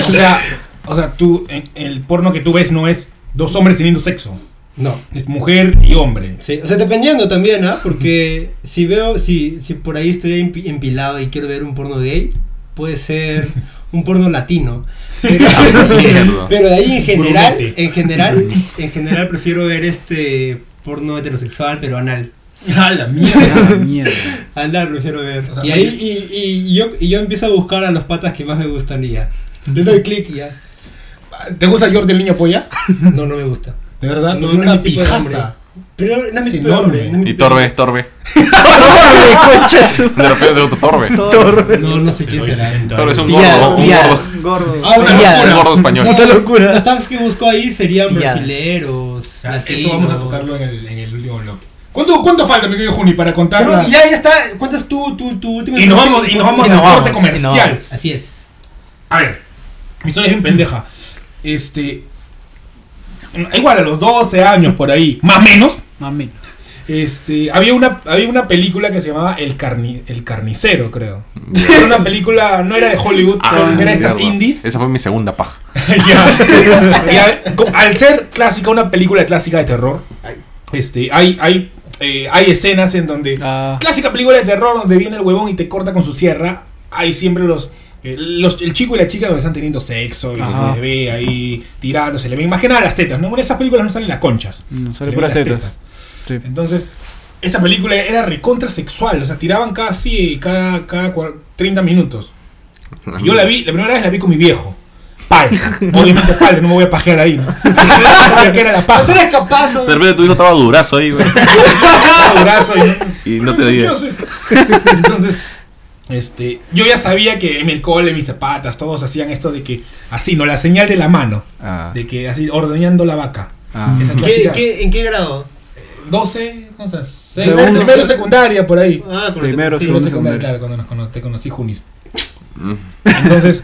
C: O sea, o sea tú, en- el porno que tú ves no es dos hombres teniendo sexo.
H: No.
C: Es mujer y hombre.
H: Sí, o sea, dependiendo también, ¿ah? Porque si veo, si, si por ahí estoy empi- empilado y quiero ver un porno gay, puede ser un porno latino.
E: *laughs*
H: *laughs* Pero,
E: Ah, Mierda.
H: pero de ahí en general,
C: Brunete.
H: en general, en general prefiero ver este porno heterosexual, pero anal.
C: A la
F: A
C: mierda.
H: Ah, *laughs*
F: la mierda.
H: Anal prefiero ver.
C: O sea,
H: y ahí, y, y yo, y yo empiezo a buscar a los patas que más me gustan y ya. Le doy clic y ya.
C: ¿Te gusta Jordi el niño polla?
H: No, no me gusta.
C: De verdad, no,
H: No, no es mi
C: una
H: tipo de hombre.
C: pijaza.
H: Pero no me
C: Es enorme.
E: Y Torbe, Torbe. De repente de otro Torbe.
H: No, no sé quién será.
E: Torbe es un
J: Díaz,
E: gordo, un
J: Díaz,
E: gordo.
J: Gordo.
H: Ah, una
J: Díaz.
E: Un gordo español.
J: Puta locura.
H: Los tags que busco ahí serían
J: Pilladas.
H: brasileros.
C: Ya, Eso
H: latinos.
C: vamos a tocarlo en el, en el último bloque. ¿Cuánto, cuánto falta, mi querido Juni, para contar?
H: Creo
C: la-
H: que ya, ya está. ¿Cuántas es tu, tu, tu última?
C: Y nos vamos, y nos vamos
J: Y nos
C: al corte
J: vamos, y nos
C: comercial.
H: Así es.
C: A ver, mi historia es bien pendeja. Este. Igual a los 12 años por ahí, más o menos.
F: Mami.
C: Este, había una, había una película que se llamaba El, Carni- El Carnicero,
H: *laughs*
C: creo. Era una película, no era de Hollywood,
E: Ah,
C: pero era de
E: es
C: estas
E: cierto.
C: indies.
E: Esa fue mi segunda paja.
C: *laughs* Ya. Ya, co- al ser clásica, una película clásica de terror, este, hay, hay, eh, hay escenas en donde.
F: Ah.
C: Clásica película de terror donde viene el huevón y te corta con su sierra. Hay siempre los. eh, los- el chico y la chica donde están teniendo sexo y
F: Ajá.
C: se le ve ahí tirando, se le ven más que nada las tetas, ¿no? En esas películas no salen las conchas.
F: No,
C: se
F: sale
C: le
F: puras
C: ven
F: tetas. Sí.
C: entonces, esa película era recontra sexual, o sea, tiraban casi cada, cada cua- 30 minutos.
E: Ah,
C: Y yo la vi, la primera vez la vi con mi viejo.
E: *laughs*
C: Pal. Obviamente pal, no me voy a pajear ahí, ¿no? Sabía que era la paja.
H: eres capaz.
E: De repente tú no estaba durazo ahí, güey.
C: Abrazo
E: Y no te
C: Entonces,
E: digas.
C: Entonces, este, yo ya sabía que en el cole, mis zapatas, todos hacían esto de que, así, no, la señal de la mano,
F: Ah.
C: de que así, ordeñando la vaca.
F: Ah.
C: Esa
H: ¿Qué,
C: clásica,
H: qué, ¿En qué grado?
C: 12, ¿cómo estás?
F: Segundo.
C: Primero secundaria, por ahí.
H: Ah, con
F: Primero,
C: Sí,
F: segundo,
C: no sé cuándo,
F: secundario.
C: claro, cuando nos cono- te conocí, Junis. Mm. *laughs* Entonces,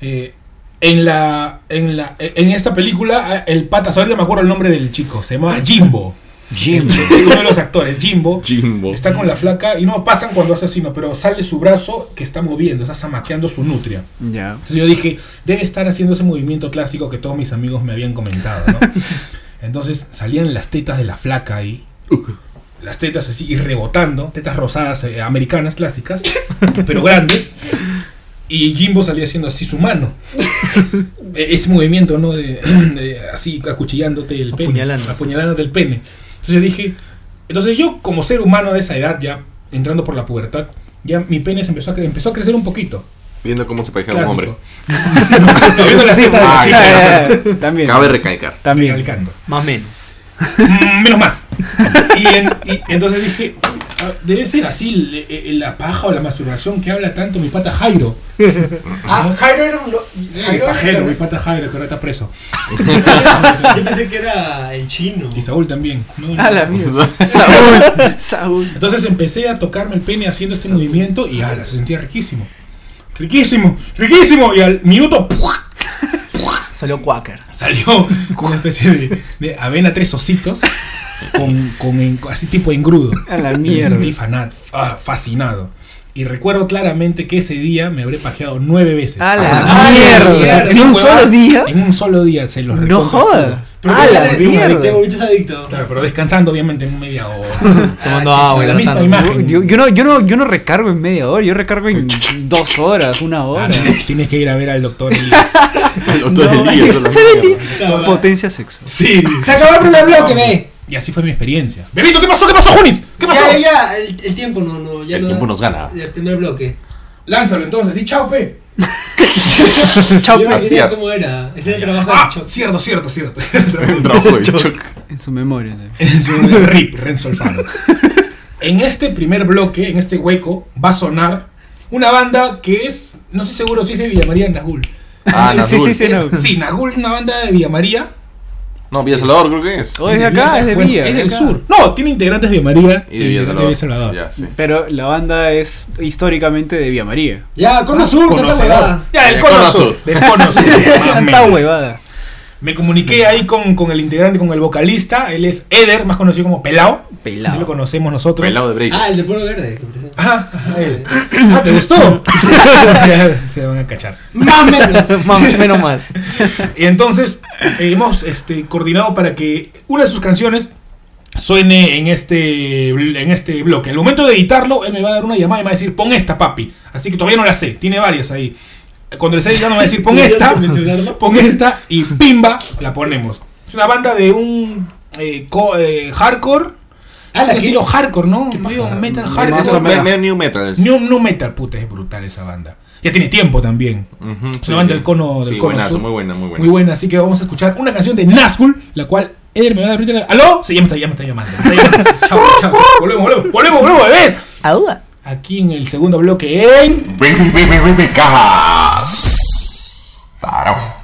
C: eh, en ah, la en la en esta película el pata, ahora no me acuerdo el nombre del chico, se llamaba Jimbo. Jimbo. Uno de los actores, Jimbo,
I: Jimbo.
C: está con la flaca y no pasan cuando asesino, pero sale su brazo que está moviendo, está zamaqueando su nutria.
F: Ya.
C: Entonces yo dije, debe estar haciendo ese movimiento clásico que todos mis amigos me habían comentado, ¿no? Entonces salían las tetas de la flaca ahí. Las tetas así y rebotando, tetas rosadas eh, americanas clásicas, pero grandes. Y Jimbo salía haciendo así su mano. E- Ese movimiento, ¿no? De, *clears throat* de así acuchillándote el pene.
F: Apuñalando.
C: Apuñalándote el pene. Entonces yo dije. Entonces yo, como ser humano de esa edad, ya entrando por la pubertad, ya mi pene se empezó a, cre- empezó a crecer un poquito.
I: Viendo cómo se pareja un
C: Clásico.
I: hombre.
C: No, viendo las tetas de la
I: ah,
C: chica.
J: Ya, ya, ya. También.
I: Cabe recalcar.
J: También.
C: Recalcando.
F: Más o menos.
C: Mm, menos más. Y, en- y entonces dije, "Ah, debe ser así le- eh, la paja o la masturbación que habla tanto mi pata Jairo.
K: Ah, Jairo era
H: *laughs*
K: un. lo-
C: Jairo,
K: Jairo era un-
C: mi pata Jairo, que ahora está preso.
K: Yo pensé que era el chino.
C: Y Saúl también. No, no.
F: A la mierda. Saúl. Saúl.
C: Entonces empecé a tocarme el pene haciendo este movimiento y ala, se sentía riquísimo. Riquísimo, riquísimo. Y al minuto ¡pua!
F: Salió Quaker.
C: salió una especie de, de avena tres ositos con, con en- así tipo engrudo.
J: A la
C: Me sentí
J: mierda.
C: fanat- ah, fascinado. Y recuerdo claramente que ese día me habré pajeado nueve veces.
F: A la
C: Ah,
F: mierda.
C: mierda.
F: ¿En un
C: Huevas,
F: solo día?
C: En un solo día se los
F: No
C: recontra
F: jodas.
C: juro.
K: Ah,
F: A la
C: Volví un adicto.
F: mierda.
K: Ahorita es adicto.
C: Claro, pero descansando obviamente en media
F: *laughs*
C: hora.
F: Tomando
H: Ah,
C: chicha,
F: agua,
C: la misma
F: hidratando.
C: imagen.
F: Yo, yo no, yo, no, yo no recargo en media hora, yo recargo en dos horas, una hora.
C: Ahora tienes que ir a ver al doctor
F: *laughs*
C: Elías.
I: El otro del día, eso es la mierda.
F: Potencia sexual.
C: Sí.
K: Se acabó el primer bloque, ve.
C: Y así fue mi experiencia. Bebito, ¿qué pasó? ¿Qué pasó, Junis? ¿Qué pasó?
K: Ya, ya, el, el tiempo no, no, ya
I: El
K: no
I: tiempo
K: da.
I: nos gana.
K: El primer bloque.
C: Lánzalo entonces, y chao, pe.
F: Chao, pues.
K: Yo me
I: así
K: quería
I: es.
K: cómo era. Ese era el trabajo
C: Ah,
K: de Choc.
C: cierto, cierto,
F: *laughs*
C: cierto. *laughs*
I: El trabajo
E: *laughs*
I: de Chuck.
F: En su memoria.
C: Rip, Renzo
F: *laughs*
C: Alfaro. En este primer bloque, en este hueco, va a sonar una banda que es, no estoy seguro si es de Villa María Nagul.
I: Ah,
E: *laughs*
F: Sí, sí,
I: Nazul.
F: sí. no.
C: Sí, Nagul, una banda de Villa María.
I: No, Villa Salvador creo que es.
F: O Oh, es de acá, es de
C: Bueno,
F: Villa.
C: Es del
F: acá.
C: sur. No, tiene integrantes de Villa María
I: Y de Villa
C: integrantes de
I: Salvador. Ya,
C: Villa Salvador.
I: sí.
F: Pero la banda es históricamente de Villa María.
K: Ya, Cono Sur, no
C: Conocedor.
K: te huevada.
C: Ya,
I: El
C: del cono
I: Cono
C: sur.
I: Sur.
C: Del cono sur. más o
F: Tanta
C: menos.
F: huevada.
C: Me comuniqué ahí con, con el integrante, con el vocalista. Él es Eder, más conocido como Pelao.
F: Pelao.
C: Así lo conocemos nosotros.
I: Pelado de Break.
K: Ah, el de Pueblo Verde. que parece.
C: Ajá, ajá, él. Ah, ¿te gustó? Se van a cachar.
K: Más o
F: *laughs*
K: menos.
F: Más, menos más.
C: Y entonces eh, hemos este, coordinado para que una de sus canciones suene en este, bl- en este bloque. Al momento de editarlo, él me va a dar una llamada y me va a decir, pon esta, papi. Así que todavía no la sé, tiene varias ahí. Cuando le esté editando me va a decir, pon
K: ¿Y *laughs* ya
C: esta,
K: te mencionarlo?
C: pon esta y pimba, la ponemos. Es una banda de un eh, co- eh, hardcore.
K: Ah,
C: Es
K: la
C: un
K: que-
C: estilo hardcore, ¿no? Medio metal hardcore.
I: Eso, me- me- New Metal.
C: New, new metal, puta, es brutal esa banda. Ya tiene tiempo también.
I: Ujú,
C: Es
I: sí,
C: una banda
I: sí.
C: del cono del
I: Sí,
C: cono
I: buenazo,
C: sur.
I: muy buena, muy buena.
C: Muy buena, así que vamos a escuchar una canción de Nazgul, la cual Eder me va a dar ahorita la- ¡Aló! Sí, ya me está, ya me está llamando. me está
I: *laughs*
C: llamando. chao, chao. Volvemos, volvemos, volvemos, volvemos, bebés.
F: Agua.
C: Aquí en el segundo bloque en.
E: Baby, baby, baby, cajas. Tarao.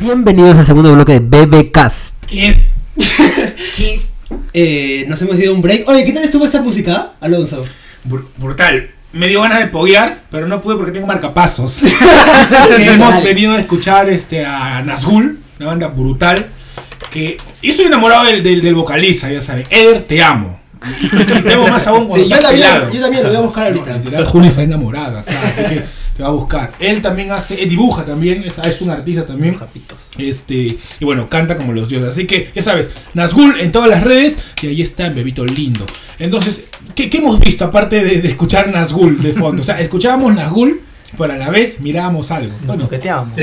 K: Bienvenidos al segundo bloque de BBcast.
C: Es
K: Eh, nos hemos ido a un break. Oye, ¿qué tal estuvo esta música, Alonso?
C: br- brutal. Me dio ganas de poguear, pero no pude porque
K: *laughs*
C: tengo marcapasos. Hemos venido a escuchar este, a Nazgul, una banda brutal. Que. Y estoy enamorado del, del, del vocalista, ya saben. Eder, te amo. Y tengo más aún cuando
K: Sí, yo,
C: estás
K: también,
C: pelado.
K: yo también lo voy a buscar ahorita.
C: Literal, Juli está enamorada, acá, así que te va a buscar. Él también hace, él dibuja también, es, es un artista también. Este, y bueno, canta como los dioses. Así que, ya sabes, Nazgul en todas las redes y ahí está el bebito lindo. Entonces, ¿qué, qué hemos visto aparte de, de escuchar Nazgul de fondo? O sea, escuchábamos Nazgul, pero a la vez mirábamos algo. Bueno,
F: toqueteamos.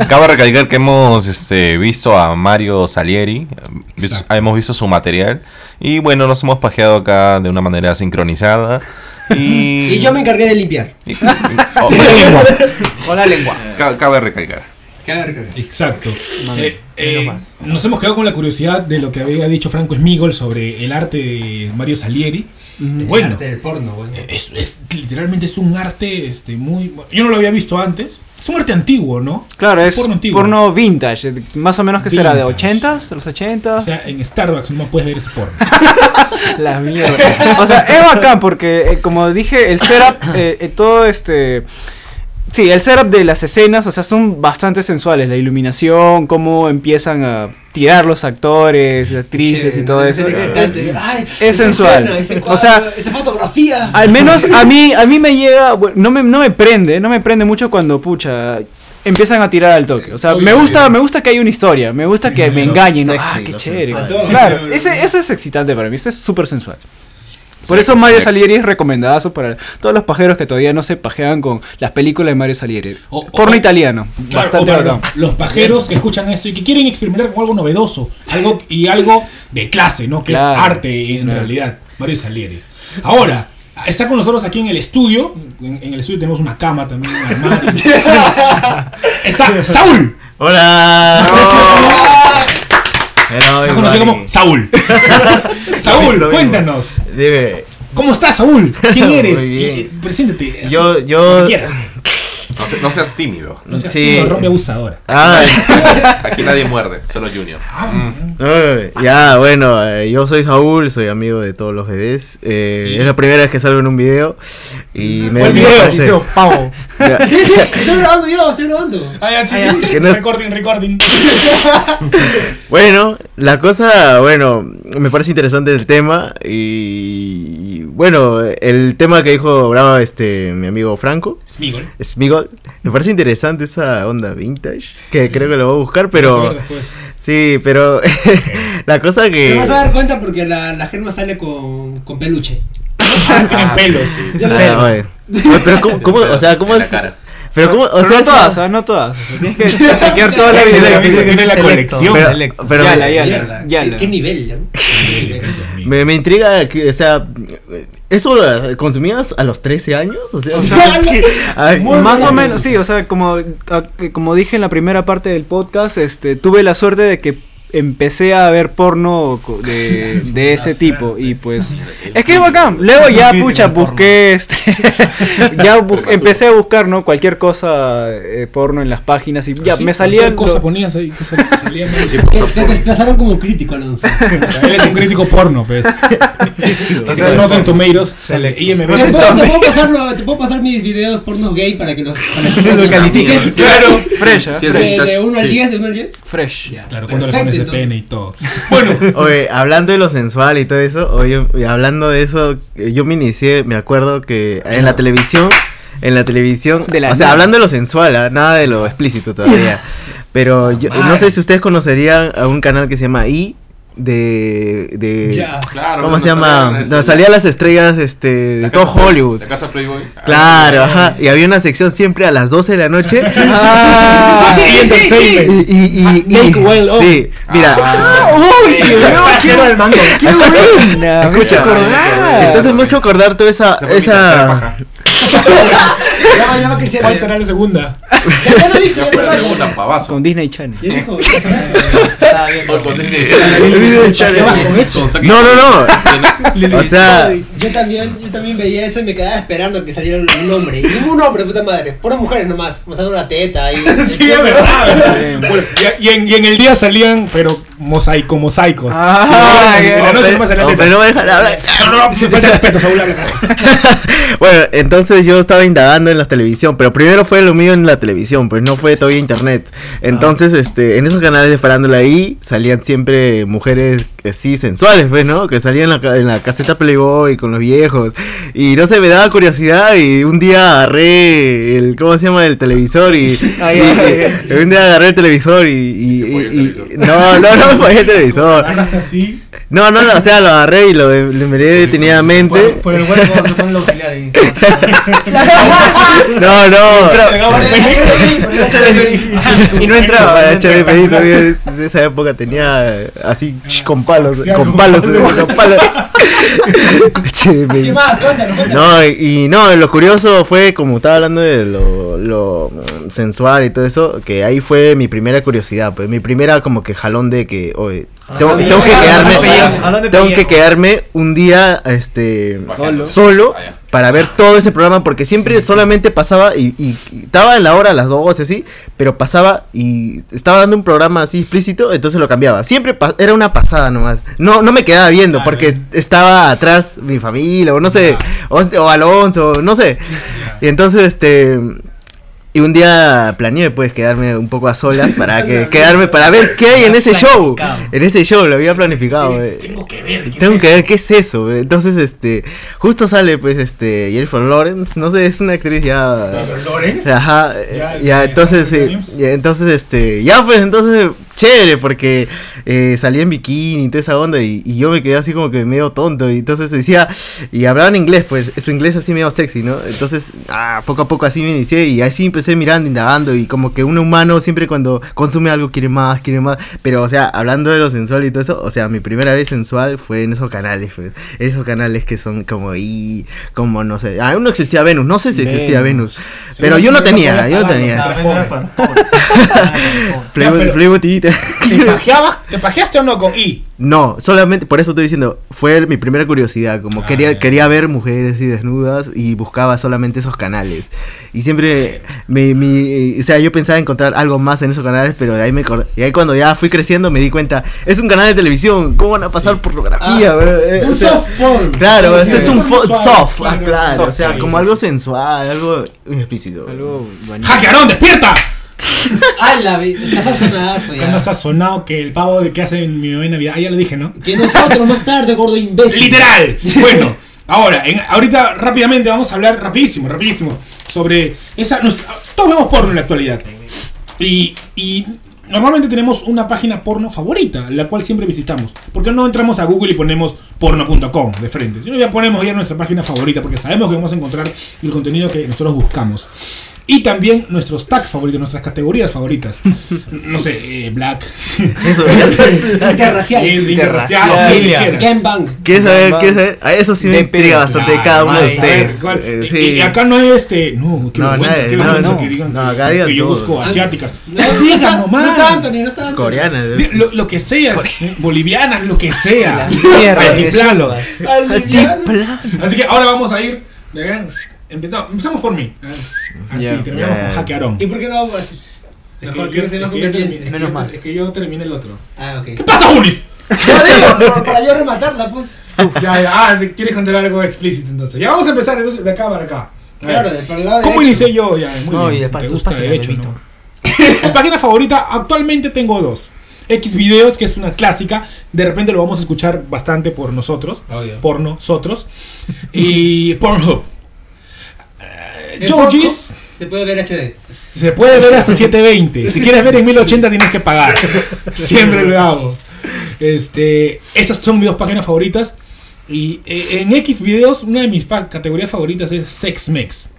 E: Acaba de recalcar que hemos este, visto a Mario Salieri, visto-
C: Exacto.
E: hemos visto su material y bueno, nos hemos pajeado acá de una manera sincronizada.
H: *laughs*
E: Y,
K: Y yo me encargué de limpiar.
E: y- oh, *laughs* bueno,
F: Con la lengua.
E: ca- cabe recalcar.
C: Exacto. Eh, eh,
F: menos más.
C: nos hemos quedado con la curiosidad de lo que había dicho Franco Smigol sobre el arte de Mario Salieri. Bueno,
H: El arte del porno, bueno.
C: Es, es- literalmente es un arte este muy yo no lo había visto antes es un arte antiguo no
F: Claro,
C: Un
F: es
C: porno
F: porno,
C: antiguo.
F: vintage. eh, Más o menos que será de
C: Vintage.
F: 80s, los 80s.
C: o sea en Starbucks no puedes ver ese porno
F: La mierda. O sea, es bacán porque, eh, como dije, el setup, eh, eh, todo este. Sí, el setup de las escenas, o sea, son bastante sensuales. La iluminación, cómo empiezan a tirar los actores, actrices y todo eso.
K: Es
F: sensual. O sea,
K: esa fotografía. *laughs*
F: Al menos a mí, a mí me llega, bueno, no me, no me prende, no me prende mucho cuando pucha empiezan a tirar al toque. O sea, me gusta, me gusta que hay una historia, me gusta que me engañen, ¿no? ah, qué chévere. *laughs* Claro, ese, eso es excitante para mí, ese es súper sensual. Por eso Mario Salieri es recomendadazo para todos los pajeros que todavía no se pajean con las películas de Mario Salieri.
C: O- o-
F: Porno italiano,
C: Claro,
F: bastante
C: o para
F: bacán.
C: los, los pajeros que escuchan esto y que quieren experimentar con algo novedoso algo y algo de clase no que
F: Claro.
C: es arte en
F: Claro.
C: realidad Mario Salieri ahora está con nosotros aquí en el estudio en, en el estudio tenemos una cama también un armario.
F: *laughs*
C: está Saúl más conocido como
F: *laughs*
C: Saúl Saúl cuéntanos
D: Dime,
C: ¿Cómo estás, Saúl? ¿Quién
D: Muy
C: eres?
D: bien.
C: Y- y preséntate. así,
D: yo,
C: lo que
D: yo.
C: quieras.
I: No, se- no seas tímido.
C: No seas
D: sí.
C: tímido, rompe abusadora.
D: Ah,
I: *laughs* Aquí nadie muerde, solo Junior.
D: eh, ya, bueno, eh, yo soy Saúl, soy amigo de todos los bebés. eh, Es la primera vez que salgo en un video. Y me da
C: ¿Cuál
D: miedo
C: video?
D: aparecer.
C: Video,
D: *laughs* Ya.
K: Sí, sí, estoy grabando yo, estoy grabando.
C: Ah, ya, sí, sí, sí.
D: Que no es-
C: Recording, recording.
D: Bueno, la cosa, bueno, me parece interesante el tema y, y, bueno, el tema que dijo bravo este mi amigo Franco,
C: Smigol.
D: Smigol, me parece interesante esa onda vintage, que creo que lo voy a buscar,
C: Vas a ver
D: pero
C: después.
D: sí, pero la cosa
H: Te
D: que
H: vas a dar cuenta porque la, la germa sale con,
K: *laughs*
H: con peluche.
C: Ah, tienen pelos.
D: Ah, oye. Oye, pero cómo, cómo-
F: Pues,
D: o sea, cómo
I: En la
D: es-
I: cara.
D: pero cómo, o
F: Pero
D: sea,
F: no
D: esa-
F: todas, ¿ah? no todas. O sea, Tienes
D: *laughs*
F: que chequear todas las
C: Sí,
F: videos.
C: dice que tiene la
F: Selecto.
C: colección.
D: Pero-
F: Selecto.
D: pero-
F: Yala, yala,
H: Mierda,
F: yala.
H: ¿Qué, qué nivel, ya?
D: me, me intriga que, o sea, eso lo consumías a los 13 años, o sea,
F: *laughs*
D: que- ay,
F: Más o menos, sí, o sea, como, a- como dije en la primera parte del podcast, este, tuve la suerte de que empecé a ver porno co-
D: *laughs*
F: de, de ese tipo y pues es que es bacán luego ya pucha busqué este *laughs* ya bu- empecé a buscar no cualquier cosa eh, porno en las páginas y ya me salían
C: cosas
F: lo-
C: ponías ahí. que sal- salían ahí.
K: Te, te desplazaron como crítico, Alonso.
C: *laughs* Él es un crítico porno, pues. o sea, Rotten Tomatoes. sale IMDb.
K: Te
C: Rotten
K: puedo, te
C: Tomatoes.
K: puedo pasarlo- te puedo pasar mis videos porno gay para que los, para que los califiques.
I: Claro.
F: Fresh, ¿ah?
I: Sí, es
K: De, de
I: vintage.
K: 1 al 10, de 1 al 10.
F: fresh
C: Claro, cuando le
K: Perfecto,
C: pones el
K: entonces.
C: pene y todo. *laughs* Bueno,
D: Oye, hablando de lo sensual y todo eso, oye, y hablando de eso, eh, yo me inicié, me acuerdo que en la televisión, en la televisión,
F: De la
D: o sea,
F: nada.
D: hablando de lo sensual, ah, nada de lo explícito todavía. Pero yo, no sé si ustedes conocerían a un canal que se llama I de de
H: Ya.
I: Claro,
D: ¿Cómo
I: no
D: se llama?
I: salía-
D: No, salía las estrellas este de
I: La
D: todo
I: casa-
D: Hollywood.
I: La casa Playboy. ah,
D: Claro, ajá. Y había una sección siempre a las 12 de la noche.
F: Ah,
D: Y- y- y- y-
F: Make well of.
D: Sí, mira.
I: Ah,
D: *laughs*
F: uy qué bueno, qué bueno, qué buena me hizo
D: Escucha,
F: acordar.
D: Entonces me he hecho acordar toda esa.
I: Se fue mi tercera
D: esa
I: paja.
K: Ya va, ya va a crecer.
C: ¿cuál será la segunda?
K: Ya, ya lo dijo, ya
I: La
K: lo dijo.
I: pregunta, pavazo.
F: con Disney Channel
K: Ya dijo.
D: no, no, no. *laughs* O sea,
K: Yo también, yo también veía eso y me quedaba esperando que saliera un hombre. Y ningún hombre, puta madre. Puras mujeres nomás, mostrando la teta y.
C: Sí, es verdad. ¿verdad? *laughs* Bueno, y, y en, y en el día salían, pero mosaico, mosaicos.
F: Ah,
C: Sí,
F: ya.
C: en la noche nomás salía
D: no,
C: teta.
D: pero no me dejan hablar.
C: No, no, se falta de respeto, Saúl. habla.
D: *laughs* Bueno, entonces yo estaba indagando en la televisión, pero primero fue lo mío en la televisión, pues no fue
J: Ah.
D: todavía internet. Entonces, este, en esos canales de farándula ahí salían siempre mujeres que sí sensuales, pues, ¿no? Que salían en la, ca- en la caseta Playboy con los viejos. Y no sé, me daba curiosidad y un día agarré el, ¿cómo se llama? El televisor y...
J: *laughs* Ay,
D: y-
J: ay,
D: y- un día agarré el televisor y... y- y- y- no, no, no, fue
J: *laughs*
D: el televisor.
C: Agarraste así.
D: No, no, no, o sea, lo agarré y lo de- lo miré detenidamente.
C: Por el hueco se pone el auxiliar *laughs* ahí.
D: No, no.
C: *laughs*
D: Y no entraba para HDPI todavía. es- es- Esa época tenía eh, así ch, con palos,
C: Sí,
D: con
C: con
D: palos,
C: palos.
D: con palos. HDPI.
K: ¿Qué más? Cuéntanos,
D: No, y y no, lo curioso fue, como estaba hablando de lo, lo, mm, sensual y todo eso, que ahí fue mi primera curiosidad, pues mi primera como que jalón de que, oye, tengo,
K: de
D: tengo que
K: pellejo,
D: quedarme,
K: jalón de pellejo, jalón de
D: tengo que
K: pellejo.
D: quedarme un día, este, solo, para ver todo ese programa, porque siempre solamente pasaba y, y- y estaba en la hora a las 12 así, pero pasaba y estaba dando un programa así explícito, entonces lo cambiaba. Siempre pa- era una pasada nomás. No, no me quedaba viendo porque estaba atrás mi familia o no sé, o, este, o Alonso, no sé. Y entonces este y un día planeé pues quedarme un poco a solas para que quedarme para ver qué hay en ese show. En ese show lo había planificado. eh. Tengo que ver. Tengo que ver qué es eso. eh. Entonces este justo sale pues este Jennifer Lawrence, no sé, es una actriz ya
C: Lawrence.
D: Ajá, eh, ya, entonces, eh, ya, entonces, este, ya pues, entonces, chévere, porque eh, salía en bikini y toda esa onda, y, y yo me quedé así como que medio tonto, y entonces decía, y hablaban inglés, pues, su inglés así medio sexy, ¿no? Entonces, ah, poco a poco así me inicié, y así empecé mirando, indagando, y como que un humano siempre cuando consume algo quiere más, quiere más, pero, o sea, hablando de lo sensual y todo eso, o sea, mi primera vez sensual fue en esos canales, pues, esos canales que son como, y, como, no sé, aún no existía Venus, no sé si existía Venus,
C: Venus.
D: pero yo no tenía, yo no
C: Para
D: *laughs* tenía.
C: pobre.
D: Playboy,
C: pero-
D: Playboy TV.
C: ¿Te pajeabas? ¿Te pajeaste o no con I?
D: *laughs* No, solamente, por eso estoy diciendo, fue mi primera curiosidad,
K: Ah,
D: como quería, quería ver mujeres y desnudas y buscaba solamente esos canales. Y siempre, mi, mi- o sea, yo pensaba encontrar algo más en esos canales, pero de ahí me acor- y ahí cuando ya fui creciendo me di cuenta, es un canal de televisión, ¿cómo van a pasar pornografía? bro? Eh,
K: Ah, Un
D: o sea,
K: soft porn.
D: Claro,
K: Sí,
D: ese es
K: sí.
D: un fo-
K: Soft,
D: soft, ah,
K: claro,
D: claro,
K: soft,
D: o sea,
K: sí,
D: como
K: sí,
D: algo sensual, algo explícito.
C: ¡Hackearón, despierta!
K: ¡Hala! ve, Estás sazonadazo
C: ¿Qué
K: ya.
C: nos ha sonado que el pavo de que hace en mi novena Navidad? Ah, ya lo dije, ¿no?
K: Que nosotros más tarde, gordo imbécil.
C: Literal. Bueno, ahora, en- ahorita rápidamente vamos a hablar rapidísimo, rapidísimo. Sobre esa. nos- todos vemos porno en la actualidad. Y, y normalmente tenemos una página porno favorita, la cual siempre visitamos. Porque no entramos a Google y ponemos porno.com de frente. Sino ya ponemos ya nuestra página favorita porque sabemos que vamos a encontrar el contenido que nosotros buscamos. Y también nuestros tags favoritos, nuestras categorías favoritas. No sé, eh, black. *laughs*
D: Eso,
K: Interracial.
C: Eh, interracial,
K: Interracial.
C: lo que quieras.
K: Gangbang.
D: ¿Quiere saber? ¿Quiere saber? A Eso sí me intriga bastante de cada uno de
C: Ay,
D: ustedes.
C: cuál-
D: Eh,
C: y-
D: sí.
C: y, acá no es este. No, qué
D: No,
C: vergüenza,
D: nadie,
C: qué
D: no,
C: vergüenza
D: no.
C: que digan
D: No,
C: que-
D: acá
C: que
D: digan
C: yo
D: todo.
C: busco
D: *laughs*
C: asiáticas.
K: No, sí, está- no está Anthony, no está Anthony.
D: Coreana.
C: Di- Lo, lo que sea, eh, bolivianas, lo
D: *laughs*
C: que sea.
J: mierda,
C: Altiplano.
K: Aliviano.
C: Así que ahora vamos a ir. de acá, empezamos- empezamos por mí. A ver, Así,
D: Ya.
C: terminamos
D: Ya.
C: con hackearón.
K: ¿Y por qué no? pues,
C: Es
K: Mejor
C: que
K: que se
C: yo-
K: nos
C: es que yo
K: competencia.
C: terminé- es que yo- Es que yo terminé el otro.
K: este Ah, ok.
C: ¿Qué pasa, Julis?
K: Ya digo, por- para yo rematarla, pues.
C: Ya, ya, ah, te- quieres contar algo explícito entonces. Ya vamos a empezar entonces de acá para acá. A ver.
K: Claro, de- por el
H: Ah,
K: lado
C: ¿Cómo
K: derecho.
C: inicié yo? Ya, muy
F: No,
C: bien.
F: y de pa-
C: Te
F: tus
C: gusta de
F: páginas,
C: hecho,
F: Bebito.
C: ¿no? *laughs* Mi página favorita, actualmente tengo dos. X videos, que es una clásica. De repente lo vamos a escuchar bastante por nosotros.
K: Obvio.
C: Por nosotros. Y Pornhub. Eh,
K: En
C: Jojis.
K: poco Se puede ver HD.
C: Se puede ver hasta 720. Si quieres ver en 1080 tienes que pagar. Siempre lo hago. Este, esas son mis dos páginas favoritas. Y eh, en X videos, una de mis pa- categorías favoritas es Sex Mex.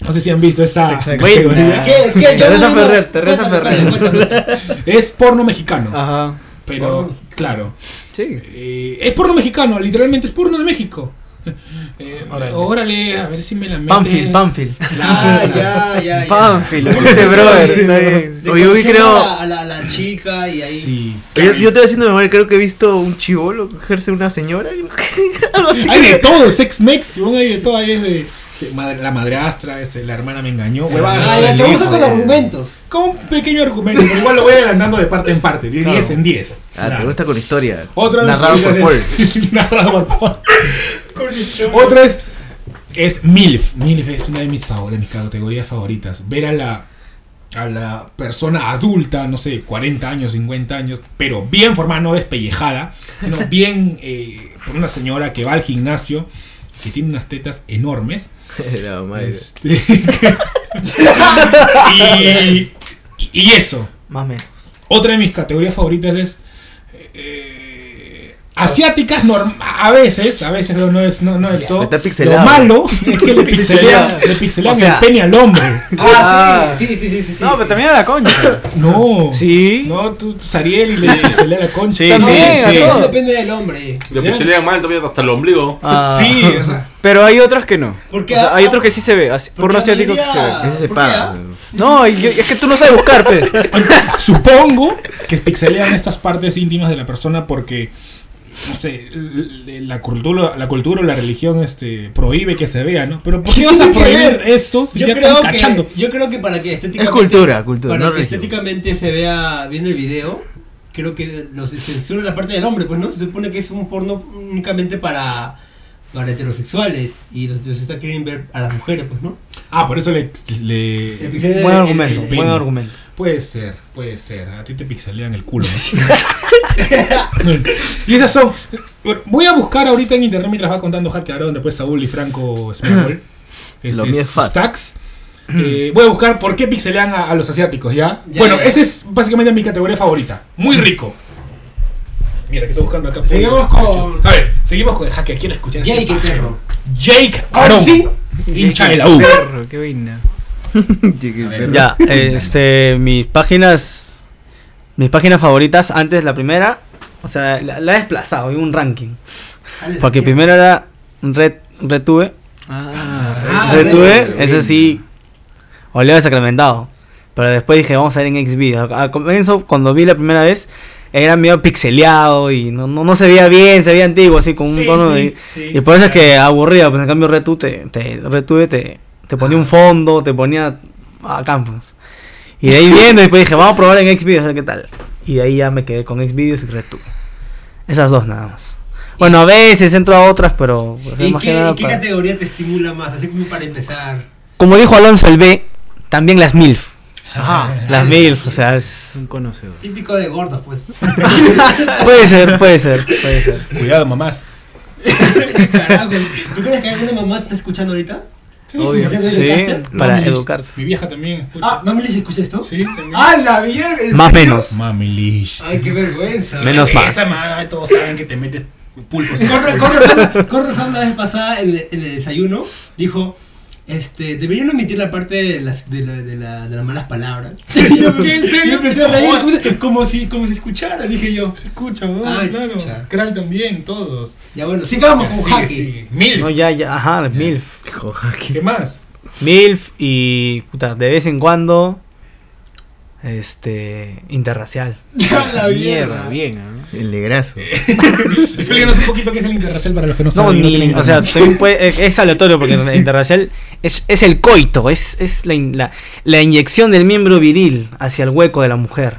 C: No sé si han visto esa
J: Sex Mex.
C: categoría.
K: ¿Qué es? ¿Qué? Yo
J: Teresa
K: no, no, no.
J: Ferrer, Teresa
K: Cuéntame,
J: Ferrer.
K: cuéntame, cuéntame.
C: Es porno mexicano.
J: Ajá.
C: pero,
J: Ah, porno.
C: claro.
J: Sí.
C: Eh, es porno mexicano, literalmente es porno de México. Eh,
J: Órale.
C: órale. a ver si me la metes.
J: Pamphil, Pamphil.
K: Ah,
J: *laughs*
K: ya, ya, ya.
J: Pamphil, lo dice brother. está bien.
K: Le
D: Oye, uy,
K: conocieron
D: creo-
K: A, a la, a la chica y ahí.
C: Sí.
D: Yo, yo te voy haciendo memoria, creo que he visto un chivolo cogerse una señora. *laughs* Algo *laughs* así.
C: Hay de todo, sex mex, weón, hay de todo, hay desde de madre- la madrastra, este, la hermana me engañó,
K: Ah,
C: huevadas,
K: ya, te
C: feliz,
K: gusta con los argumentos.
C: con un pequeño argumento, pero igual lo voy adelantando de parte en parte, de 10 en 10.
D: Ah, te
C: Claro.
D: gusta con historia.
C: Otra de mis
D: Narrado por Paul.
C: favoritas es- *laughs* narrado por Paul. Otra es, es MILF. MILF es una de mis, favor- de mis categorías favoritas. Ver a la a la persona adulta, no sé, 40 años, 50 años, pero bien formada, no despellejada, sino bien eh, por una señora que va al gimnasio, que tiene unas tetas
D: *laughs*
C: enormes. Este,
L: La madre.
C: *laughs* y, y eso.
F: Más o menos.
C: Otra de mis categorías favoritas es. eh, asiáticas norm- a veces, a veces no, no es no, no del todo.
L: está pixelado.
C: Lo malo es que le pixelean,
F: Pixelado.
C: le pixelean
F: O sea-
C: el pene al hombre.
F: Ah,
H: sí, sí, sí, sí.
F: No, pero también a la concha.
C: No.
F: Sí.
C: No, tú, Sariel y le pixelea la concha.
D: Sí,
C: No,
D: sí,
C: a
D: sí.
C: todo.
H: Depende del hombre.
E: Lo pichilean mal, todavía hasta el ombligo.
D: Ah.
C: Sí, o
I: *laughs*
C: sea,
F: Pero hay otros que no.
H: ¿Por qué?
F: O sea, hay otros que sí se ve. así- porno
H: Porque la
F: asiático que se ve.
H: mayoría-
L: Ese se
H: ¿por qué,
L: paga.
H: ah?
F: No, y yo- es que tú no sabes buscar, pe.
C: supongo que pixelean estas partes íntimas de la persona porque no sé, l- la cultura, la cultura o la religión este prohíbe que se vea, ¿no? Pero ¿por qué,
H: ¿Qué
C: vas a
H: tiene que
C: prohibir
H: ver?
C: esto si
H: Yo
C: ya
H: creo,
C: están
H: que,
C: cachando?
H: yo creo que para que estéticamente.
L: cultura, cultura,
H: Para
L: no
H: que
L: religión.
H: estéticamente se vea bien el video, creo que los censura la parte del hombre, pues no. Se supone que es un porno únicamente para, para heterosexuales. Y los heterosexuales quieren ver a las mujeres, pues no.
C: Ah, por eso le, le-
H: Le pixelan el-
D: Buen
H: el-
D: argumento,
H: el-
D: buen argumento.
C: Puede ser, puede ser. A ti te pixelean el culo. ¿no? *laughs* y esas son. bueno, Voy a buscar ahorita en internet mientras va contando Hackearon después Saúl y Franco Smegol.
L: Lo mío es
C: sus
L: fast.
C: tags. Eh, voy a buscar por qué pixelean a, a los asiáticos, ¿ya?
H: Ya,
C: bueno,
H: ya.
C: esa es básicamente mi categoría favorita. Muy rico. Mira, que estoy buscando acá.
H: Seguimos con-
C: A ver, seguimos con el hacker. Quiero escuchar. este
H: Jake el
C: pajero.
H: perro.
C: Jake Aaron.
H: sí.
C: Hincha de la U.
F: Perro, qué vaina.
D: Ya, este, mis páginas, mis páginas favoritas antes la primera, o sea, la, la he desplazado en un ranking, porque primero era Red, Retube,
H: Ah,
D: Retube,
H: Red-
D: ese sí, oleo de sacramentado, pero después dije, vamos a ver en Xvideos, al comienzo, cuando vi la primera vez, era medio pixeleado y no, no, no se veía bien, se veía antiguo, así con un
C: Sí,
D: tono
C: sí,
D: de...
C: sí.
D: Y por eso es que aburría, pues en cambio Retu te, te, Retube te, te ponía
H: Ah.
D: un fondo, te ponía a campos. Y
H: *laughs*
D: de ahí viendo, y pues dije, vamos a probar en Xvideos, a ver qué tal. Y de ahí ya me quedé con Xvideos y Retu. Esas dos nada más. Bueno, a veces entro a otras, pero pues, es
H: ¿Y
D: más que
H: qué,
D: nada
H: y qué
D: para-
H: categoría te estimula más? Así como para empezar.
D: Como dijo Alonso el B, también las MILF. Las MILF, o sea, es... *laughs*
F: Un conocedor.
H: Típico de gordos, pues.
D: puede ser, puede ser, puede ser.
C: Cuidado, mamás.
H: Carajo, ¿Tú crees que alguna mamá te está escuchando ahorita?
F: Obvio.
H: ¿Se
D: Sí,
H: educaste?
D: para
C: Mami, Mi
D: educarse.
C: vieja también escucha.
H: Ah, ¿mamá les escucha esto?
C: Sí, también.
H: ¡Ah, la mierda! ¿en
D: Más
H: serio?
D: menos.
C: Mami Lish.
H: Ay, qué vergüenza.
D: Menos más.
C: Esa mala, todos saben que te metes *laughs* pulpos.
H: Con ra- con razón- Con razón, la vez pasada en el, en el desayuno dijo. Este, deberían omitir la parte de las, de la- de la- de las malas palabras. Y yo,
C: ¿Qué, *laughs* en serio?
H: *laughs* yo empecé a reír
C: Joder.
H: como, como si, como si escuchara, dije yo.
C: Se escucha, weón,
H: Ay,
C: claro.
H: chucha.
C: Kral también, todos.
H: Ya bueno, sigamos con
C: Sigue,
H: Haki.
C: sigue. Mil.
D: No, ya, ya, ajá, las MILF.
C: ¿Qué más?
D: MILF y puta, de vez en cuando este interracial.
H: *laughs* Ya
F: Mierda,
H: la mierda.
F: bien, ¿ah?
L: El negrazo.
D: Eh,
C: Explíquenos un poquito qué es el interracial para los que no
D: No,
C: saben. y no
D: ni,
C: tienen
D: o sea,
C: internet.
D: también
F: *laughs*
D: puede- es, es aleatorio porque el interracial es, es el coito, es, es la, in- la, la inyección del miembro viril hacia el hueco de la mujer,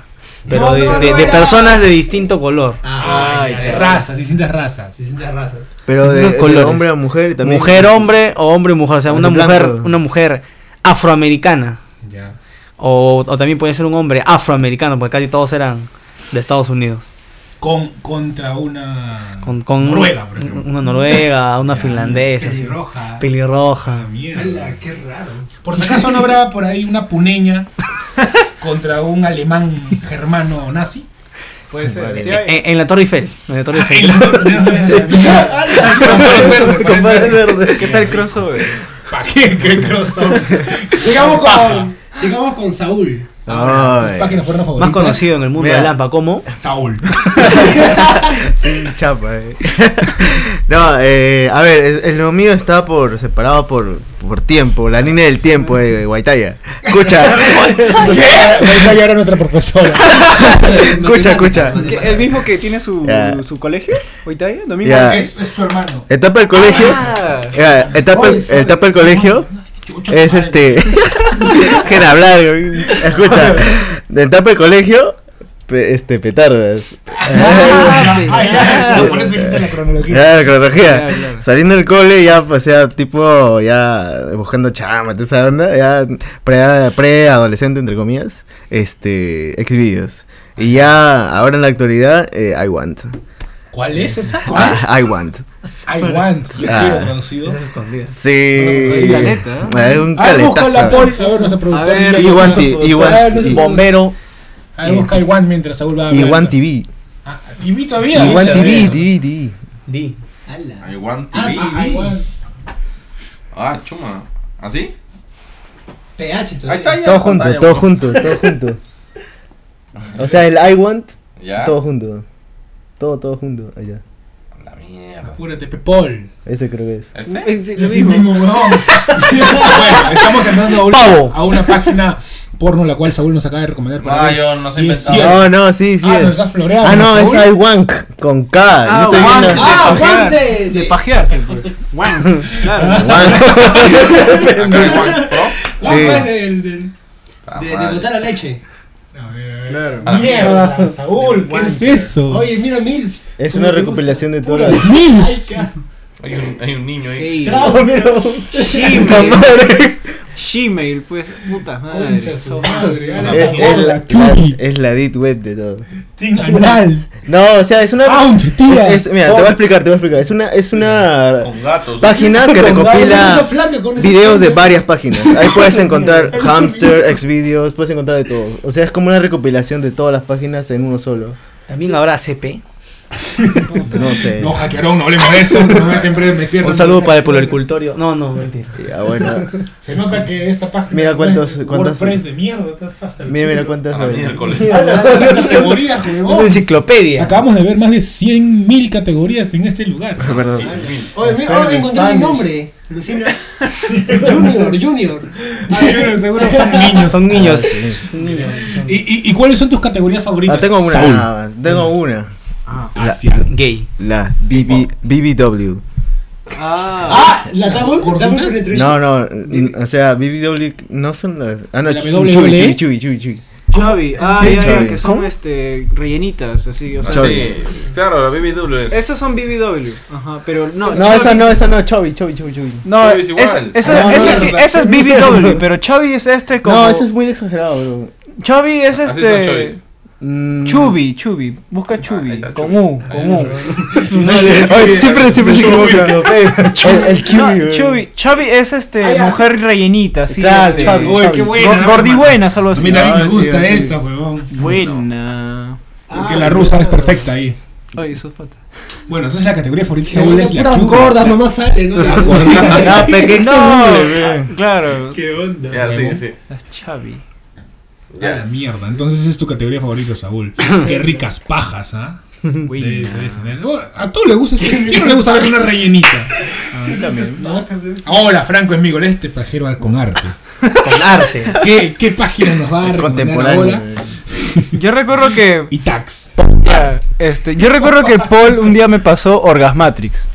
D: pero
H: No,
D: de,
H: no,
D: de-
H: no
D: de
H: era.
D: personas de distinto color.
H: Ah,
C: Ay,
H: ya,
C: de
H: ya.
C: razas, distintas razas.
H: Distintas razas.
L: Pero de,
D: Esos
L: de
D: colores.
L: hombre a mujer y también.
D: mujer, hombre o hombre, mujer, o sea, una
L: Hombre
D: mujer,
L: blanco.
D: una mujer afroamericana
C: Ya.
D: o, o también puede ser un hombre afroamericano porque casi todos eran de Estados Unidos.
C: Con, contra una.
D: Con, con
C: Noruega, por ejemplo.
D: Una noruega, una finlandesa. así.
H: Pelirroja.
D: Pelirroja.
H: Ala,
C: Mierda.
H: qué raro.
C: Por si acaso no habrá por ahí una puneña contra un alemán germano nazi.
F: Puede ser. sí hay.
D: Eh, En, en la Torre Eiffel. En la Torre Eiffel.
F: Compadre verde. ¿Qué tal crossover?
C: ¿Para qué? ¿Qué crossover?
H: Sigamos con,
C: Ah.
H: sigamos con Saúl.
L: Ay.
C: Página porno favorita.
D: Más conocido en el mundo
L: Mira.
D: de Lampa como
H: *laughs*
C: Saúl.
L: Sí, chapa, eh. *laughs* No, eh, a ver, es- es lo mío está por separado por, por tiempo, la línea del tiempo de Guaitaya. Escucha,
C: Esta ya era nuestra profesora.
L: escucha, escucha.
F: ¿Qué- ¿El mismo que tiene su,
L: Ya.
F: su colegio? ¿Oitaya? ¿Domingo?
L: Ya.
C: Es, es su hermano.
L: Etapa del colegio.
F: Ah.
L: eh, etapa,
H: Oye, sorry.
L: etapa del colegio. Es *laughs* este. que hablar, güey. escucha. De etapa del colegio. pe-
D: pe- este, petardas.
C: Ah, ya. Por eso dijiste la cronología.
D: Ya, la cronología.
C: Ya, claro.
D: Saliendo del cole, ya, pues, ya, tipo, ya, buscando chama, toda esa onda, ya, pre- pre-adolescente, entre comillas, este, exvideos. Y ya, ahora en la actualidad, eh, I want.
C: ¿Cuál es esa?
D: Ah, *laughs* I want.
C: I want. Yo
D: Ah.
C: quiero traducido.
D: Sí.
C: Es caleta, ¿eh? ¿no?
D: Es un
C: A ver,
D: caletazo.
C: búscala, Paul. A ver, nuestra
D: A
C: productora.
D: ver,
C: Nuestra
D: Iwan T-
C: productora,
D: Iwan-
C: nuestra
D: I-
C: productora.
D: Bombero.
C: A ver, busca I want mientras Saúl va a
D: Y
C: hablar.
D: One
C: Y
D: TV.
C: vi
D: Y
C: Ah, todavía.
D: One TV, TV, TV.
J: D.
I: I want
C: Ah,
I: TV.
C: ah, I want.
I: Ah, chuma. ¿Así?
K: PH
I: Ahí está ya.
D: Todo
I: la
D: junto,
I: pantalla,
D: todo
I: pues.
D: junto, todo
C: *laughs*
D: junto. O sea, el I want,
C: ¿Ah?
I: Ya.
D: todo junto. Todo, todo junto, allá.
I: La mierda.
C: Apúrate, Pepol.
D: Ese creo que es.
I: *laughs*
A: *laughs*
I: ¿Este?
C: Es el mismo, huevón. *laughs* bueno, estamos entrando a una, a una página porno la cual Saúl nos acaba de recomendar para
I: No,
C: ver
I: Ah, yo no sé
C: si es
I: inventar.
C: cierto.
D: No, no, sí, sí
C: Ah,
D: es.
C: nos has floreado,
D: ah, no,
C: ¿no,
D: es
C: Saúl?
D: I wank con K. Yo estoy
F: wank,
D: viendo-
F: ah,
C: De pajear.
F: guante. De pajearse, pues. Guan.
D: *laughs*
F: Claro.
I: Acá hay one,
K: Ah,
D: Sí.
K: pues, del- del-
I: ¿no?
K: de, de botar la leche.
C: A la
D: Ah,
C: Mierda, Saúl, ¿qué es eso?
K: Oye, mira Milfs.
D: Es una recopilación de todas las.
C: Milfs.
I: Hay un, hay un niño ahí.
F: Sí.
K: Bravo, mira.
F: Gmail.
D: Madre.
F: Gmail, pues. Puta madre.
C: su madre, a la
D: *laughs* Es, es la, la-
C: Kiwi.
D: es la deep web de todo.
C: Sin anal.
D: No, o sea, es una.
C: Ouch, tía.
D: es- es- mira, te voy a explicar, te voy a explicar. Es una, es una
I: Con gatos.
D: página que
K: Eso
D: recopila
K: flaco con ese-
D: videos de varias páginas. Ahí puedes encontrar hamster, Xvideos, puedes encontrar de todo. O sea, es como una recopilación de todas las páginas en uno solo.
J: También habrá CP.
D: No sé.
C: No, hackearon, no hablemos de eso. No, siempre me cierran.
J: Un saludo para el puericultorio. No, no, mentira.
D: Ya, ah, bueno.
C: Se nota que esta página.
D: Mira
C: no
D: cuántos-
C: es
D: cuántos-
C: WordPress de mierda. está hasta el
D: Mira, mira
C: culo.
E: Ah,
D: cuántas.
I: A la miércoles.
C: A la- a la categoría,
J: Una
C: huevón.
J: enciclopedia.
C: Acabamos de ver más de 100.000 categorías en este lugar.
D: Perdón.
K: Oye, mira, ahora encontré mi nombre. Lucina. junior, Junior.
C: Ay, bueno, seguro son
D: Ah,
C: niños.
J: Son niños.
C: ¿Y, y, y cuáles son tus categorías favoritas? Ah,
D: Ah, tengo una
C: Saúl.
D: nada más, Tengo una.
C: Hacia.
J: Gay.
D: La BB, BBW.
F: Ah.
K: Ah, la double,
C: ¿Gorditas?
K: double penetration.
D: No, no. n- O sea, BBW no son las. Ah, no,
C: ¿La
D: chubi,
C: WWE?
D: chubi, chubi, chubi, chubi.
F: Chavi. Ah, ya, ya,
D: Chavi.
F: que son este. rellenitas, así. O sea,
I: Ah, sí. Claro, la BBW es.
F: Esos son BBW. Ajá, pero no.
D: No,
F: Chavi- Ah,
D: esa no, esa no, chubi, chubi, chubi, chubi.
F: No,
I: Chavi es
F: es,
I: igual.
F: eso,
D: No,
F: eso,
D: no,
F: sí-
D: no.
F: eso es BBW, pero Chavi es este como.
D: No, eso es muy exagerado, bro.
F: Chavi es
I: Así son
F: este.
I: chovis.
D: Mm.
F: Chubi, Chubi. Busca Chubi.
I: está
F: con
I: Chubby.
F: U, con U.
D: Ah, *laughs* Ay, Siempre, siempre se El, el chubi,
F: No,
D: bro.
F: Chubby, Chubby es este mujer rellenita, sí.
D: Claro,
F: este,
D: Chubby,
C: Uy, qué buena.
F: Gordibuenas, algo así.
C: Mira, a mí me
F: Ah, sí,
C: gusta
F: sí.
C: esa, huevón.
D: Ah.
F: Buena.
C: Porque la rusa es perfecta ahí.
F: Ay, esos patas.
C: Bueno, esa es la categoría favorita.
K: Que
C: Saúl
K: puras
C: es la Cuba.
K: gordas nomás salen, ¿no?
D: No, pe, qué exagerado,
F: ah, claro.
K: ¿Qué onda?
I: Ya, sí, sí.
F: Las Chubby.
C: A la mierda. Entonces esa es tu categoría favorita, Saúl. Qué ricas pajas, ¿ah? Debes- debes tener- Bueno, a todos les gusta ese- ¿Quién no le gusta ver una rellenita? Ahora, Franco Esmigol, este pajero con arte.
J: Con arte.
C: ¿Qué, qué página nos va a recomendar
D: Contemporáneo.
C: ahora?
D: bro.
F: Yo recuerdo que
C: Y tax.
F: ya, este, yo recuerdo que Paul un día me pasó Orgasmatrix.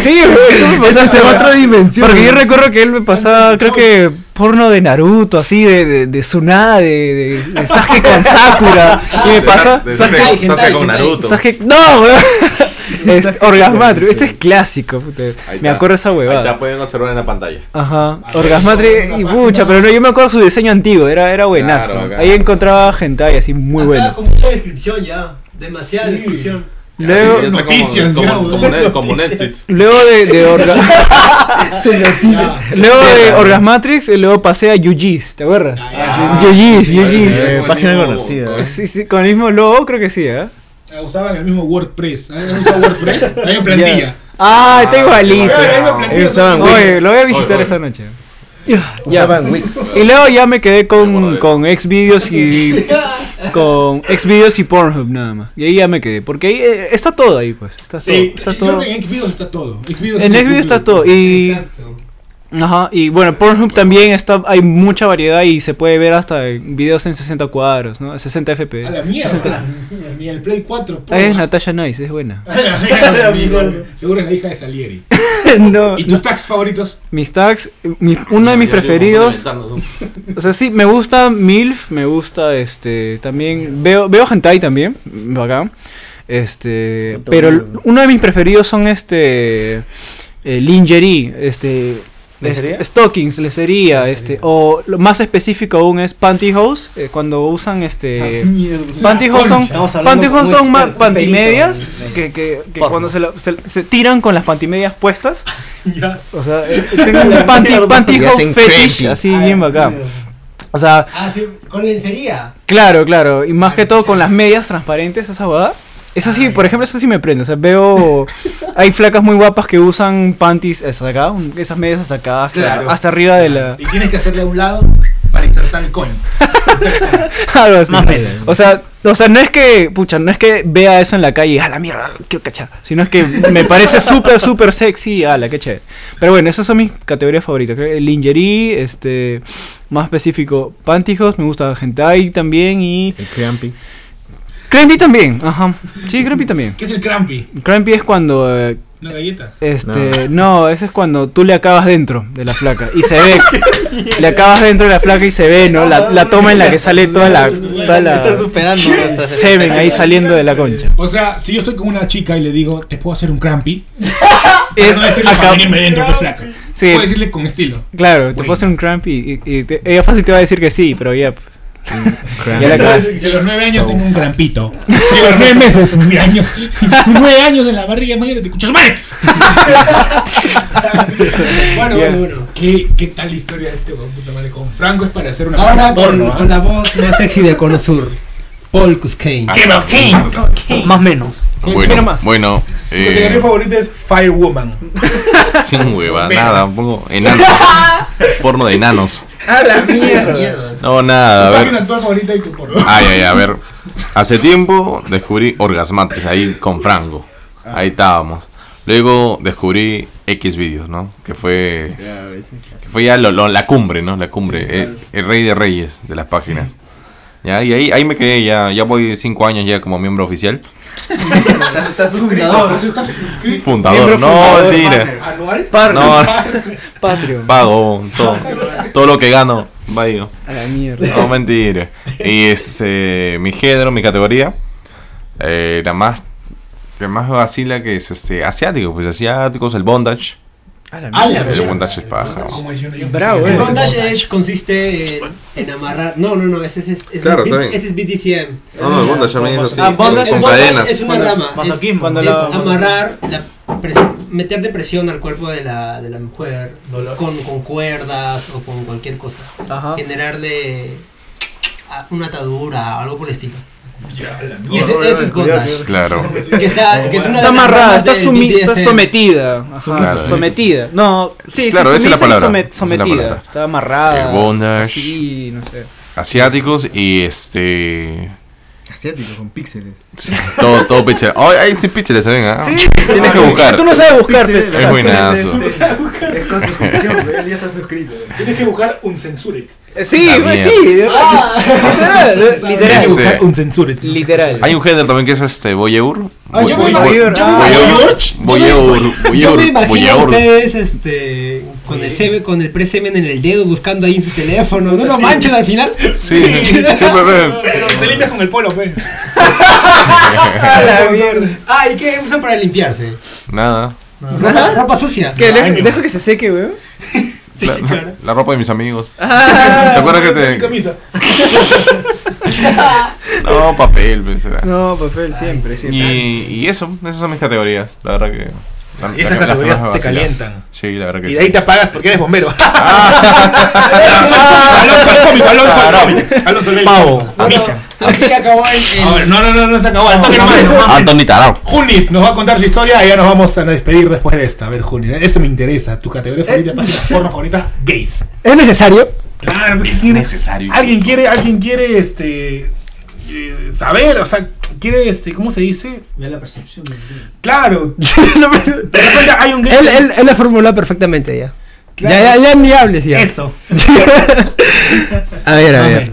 F: sí, güey, tú me pasaste
D: Esa es otra dimensión.
F: Porque yo recuerdo que él me pasaba, creo que porno de Naruto, así, de, de, de Tsunade, de, de, de Sasuke con Sakura. Y me pasa.
K: Sakai,
I: Sasuke Sasuke
K: Hentai,
I: con
K: Hentai.
I: Naruto.
F: Sasuke. ¡No, weón! Este, Orgasmatrix, este es clásico. puta.
I: Ahí
F: Me
I: está.
F: acuerdo esa
I: Ahí
F: huevada.
I: está, pueden observar en la pantalla.
F: Ajá, Orgasmatrix y pucha, pero no, yo me acuerdo su diseño antiguo, era, era buenazo.
I: Claro, claro.
F: Ahí encontraba hentai así muy
K: Acá
F: bueno.
K: con mucha descripción ya. Demasiada
C: Sí.
K: descripción.
F: Luego,
I: Así que ya está como-
C: noticias,
I: como,
C: ya,
I: como,
C: weón.
I: Net- como Netflix.
F: luego de, de Orga- luego de Orgasmatrix, eh, luego pasé a UGs, ¿te acuerdas? UGs, UGs.
D: Eh, página conocida.
F: Sí, sí, con el mismo logo creo que sí, ¿ah?
C: Ah, Usaban el mismo WordPress. ¿Alguien usa WordPress? Hay una plantilla.
F: Ah, está igualito.
C: Hay una
D: Ellos usaban
F: Oye,
D: Wix.
F: lo voy a visitar
I: Oye, oye.
F: esa noche.
D: Usaban Wix.
F: Y luego ya me quedé con,
I: acuerdo
F: con Xvideos y con Xvideos y Pornhub nada más. Y ahí ya me quedé, porque ahí eh, está todo ahí pues, está todo,
C: Sí,
F: está
C: Eh, creo
F: todo.
C: que en Xvideos está todo. Xvideos
F: En
C: es el
F: Xvideos está
C: futuro.
F: todo y
K: Exacto.
D: Ajá, y bueno, Pornhub también está, hay mucha variedad y se puede ver hasta videos en 60 cuadros, ¿no? 60 FPS.
C: A la mierda.
D: 60.
C: *laughs* Ni el Play 4.
D: Ahí es Eh, Natasha Nice, es buena.
C: *laughs* A la mierda, amigo. Seguro es la hija de Salieri.
D: no,
C: ¿Y tus tags favoritos?
D: mis tags, mi- uno de mis preferidos. O sea, sí, me gusta MILF, me gusta este. También. Veo, veo hentai también, acá. Este.
M: Está todo
D: Pero
M: bien.
D: uno de mis preferidos son este. eh, lingerie, este.
F: ¿Lencería?
D: este, stockings, lecería, este, o lo más específico aún es pantyhose, eh, cuando usan este
M: Ah.
D: pantyhose son,
F: Estamos hablando
D: pantyhose
F: como
D: son
F: un
D: más
F: experto, un
D: pantimedias
F: perito.
D: que, que, que
F: Porno.
D: cuando se, la- se- se tiran con las pantimedias puestas,
C: *laughs* Ya.
D: o sea, eh,
M: *laughs*
D: tengo un panty,
M: Mierda. Y
D: pantyhose
M: hacen
D: fetish,
M: creepy.
D: así bien bacán. O sea,
H: Ah, sí, con lencería.
D: Claro, claro. Y más que todo con las medias transparentes, esa boda. Esa sí, por ejemplo, esa sí me prende. O sea,
M: *laughs*
D: veo. Hay flacas muy guapas que usan panties hasta acá, un- esas medias hasta acá, hasta,
C: Claro.
D: hasta arriba de la.
C: Y tienes que hacerle a un lado para insertar el coño.
D: *laughs* Algo así.
F: Más medias.
D: O sea, o sea, no es que. Pucha, no es que vea eso en la calle y a la mierda, quiero cachar. Sino es que me parece súper, súper sexy. A la que chévere. Pero bueno, esas son mis categorías favoritas. Creo que Lingerie, este. Más específico, pantijos, me gusta hentai también y.
M: El cramping.
D: Crumpy también, ajá. Sí, Crumpy también.
C: ¿Qué es el Crampy?
D: Crumpy es cuando. eh,
C: Una galleta.
D: este. No. ese es cuando tú le acabas dentro de la flaca. Y se ve. le acabas dentro de la flaca y se ve, ¿no? La, la toma en la que sale toda la. Toda
F: Están
D: la
F: superando. nuestras-
D: semen ahí saliendo de la concha.
C: O sea, si yo estoy con una chica y le digo, ¿te puedo hacer un Crampy?
D: Es
C: Es Ah, no decirle para
D: acá-
C: venirme dentro, pues flaca.
D: Sí,
C: Puedo decirle con estilo.
D: claro, te
C: Bueno.
D: puse un Crumpy y, y te- ella fácil te va a decir que sí, pero ya. pues, Ya la acabas.
C: De los nueve años tengo un Crampito. De los nueve meses, nueve años. *laughs* Nueve años en la barriga, imagínate, escuchas
D: *laughs*
C: mal.
H: Bueno,
D: Ya.
H: bueno, bueno.
C: ¿Qué, ¿Qué tal la historia de este weón, puta madre? Con Franco es para hacer una
H: Ahora con,
C: porno.
H: con la voz más sexy del Cono Sur. Paul Cuscain.
N: Ah,
D: Más menos.
E: Bueno, bueno.
C: ¿ah? Mi categoría
E: Eh,
C: favorita es Firewoman.
E: sin hueva,
C: Venas.
E: nada, un poco enano. Porno de enanos.
C: A la mierda.
E: No, nada, a
C: Tu
E: ver.
C: página actual favorita y tu porno.
E: Ay, ay, a ver. Hace tiempo descubrí Orgasmates ahí con Franco. Ahí estábamos. Luego descubrí X videos, ¿no? Que fue. Que fue ya lo- lo- la cumbre, ¿no? La cumbre. el, el rey de reyes de las páginas. Ya, y ahí, ahí me quedé, ya, ya voy cinco años ya como miembro oficial.
F: Estás suscrito.
C: ¿Estás suscrito?
E: Fundador, no, mentira.
C: ¿Anual?
E: No,
D: *laughs* Patreon.
E: pago todo. Todo lo que gano, va ahí, ¿no?
D: A la mierda.
E: No, mentira. Y es eh, mi género, mi categoría. eh, la más. La más vacila que es este. Asiático, pues asiáticos, el bondage.
H: A la
E: El
H: mierda.
E: bondage es paja.
C: ¿Cómo es? Yo no- yo no
D: Bravo,
C: sé qué
H: El
D: eh.
C: es.
H: bondage edge consiste en, en amarrar. No, no, no, ese es, ese es,
N: Claro,
H: B-
N: está bien. Ah,
H: ese es BDCM.
N: No, el bondage también es así.
D: Ah, bondage
H: El
E: con
H: bondage
E: cadenas.
H: es una rama. es-
F: Masoquismo.
D: Cuando
H: es
D: la-
H: amarrar, la pres- meterle presión al cuerpo de la, de la mujer con, con cuerdas o con cualquier cosa.
D: Ajá.
H: Generarle a- una atadura, algo por el estilo.
C: Ya, la
H: Y ese-
C: mierda.
H: eso es bondage.
E: Claro.
H: Que está, que es
D: Está
H: una de las
D: amarrada,
H: ramas
D: está,
H: del
D: sumi- está
H: BDSM.
D: sometida. Ajá,
E: Claro,
D: sometida. No, sí, sí,
E: Claro, esa es la
D: sumisa y
E: palabra,
D: somet-
E: esa es la
D: sometida.
E: palabra.
D: Está amarrada.
E: El bondage.
D: Sí, no sé.
E: Asiáticos y este.
M: Asiático con píxeles.
E: sí, todo, todo píxeles. Oh, hay sí, píxeles también, ¿ah?
D: Sí,
E: *laughs* Tienes que buscar.
D: Tú no sabes buscar.
F: Píxeles.
D: pues.
E: Es buenazo.
F: Es con suscripción, pero él ya está suscrito.
C: Tienes que buscar un censuret.
D: Sí,
E: La
D: pues,
E: mierda.
D: sí. de- Literal,
C: Tienes
E: Este-
C: que
D: *laughs* literal.
C: buscar un censuret.
D: Literal.
E: Hay un género también que es este. Voyeur.
H: Ah, yo me
E: Voy-
H: imagino-
E: voy-
H: yo me
E: voyeur,
H: imagino-
E: Voyeur.
H: Yo me
E: Voyeur.
H: imagino a
E: Voyeur.
H: ustedes este, con el semen, con el presemen en el dedo, buscando ahí en su teléfono. No lo manchen al final.
E: Sí,
H: *laughs*
E: siempre me.
C: Pero te limpias con el polo, pues.
D: A
E: *laughs*
D: la mierda.
H: Ah, ¿y qué usan para limpiarse?
E: Nada.
H: Ropa, ropa sucia.
D: ¿Qué? Deja, deja que se seque, weón.
E: La, la ropa de mis amigos.
C: Ah,
H: Ah,
E: ¿Te acuerdas que
C: Mi
E: te.?
C: camisa.
E: No, papel. pues, era.
D: No, papel, siempre,
E: Y, y eso, esas son mis categorías. La verdad que. la- la-
C: Esas
E: las
C: categorías
E: que más me
C: te
E: vacilan.
C: calientan.
E: Sí, la verdad que
C: Y
E: sí.
C: de ahí te apagas porque eres bombero.
E: Ah, *laughs* Alonso el cómico, Alonso el cómico.
C: Alonso el
E: Pavo.
C: Avisa.
H: Aquí acabó el. el-
C: A ver, no, no, no, no se acabó. Al toque, hermano.
E: Anthony Tarao.
C: Junis nos va a contar su historia y ya nos vamos a despedir después de esta. A ver, Junis, ¿eh? eso me interesa. Tu categoría
H: Eh.
C: favorita, para la porno favorita, gays.
H: ¿Es necesario?
C: Claro, porque
E: Es
C: tiene-
E: necesario.
C: Alguien quiere, alguien quiere, este, eh, saber, o sea, quiere, este, ¿cómo se dice?
H: Ve la percepción.
C: Claro. De repente hay un gay.
H: Él, él, él la formuló perfectamente ya. Ya, ya, ya ni hables ya.
C: Eso.
H: a ver, a
C: Más o
H: ver.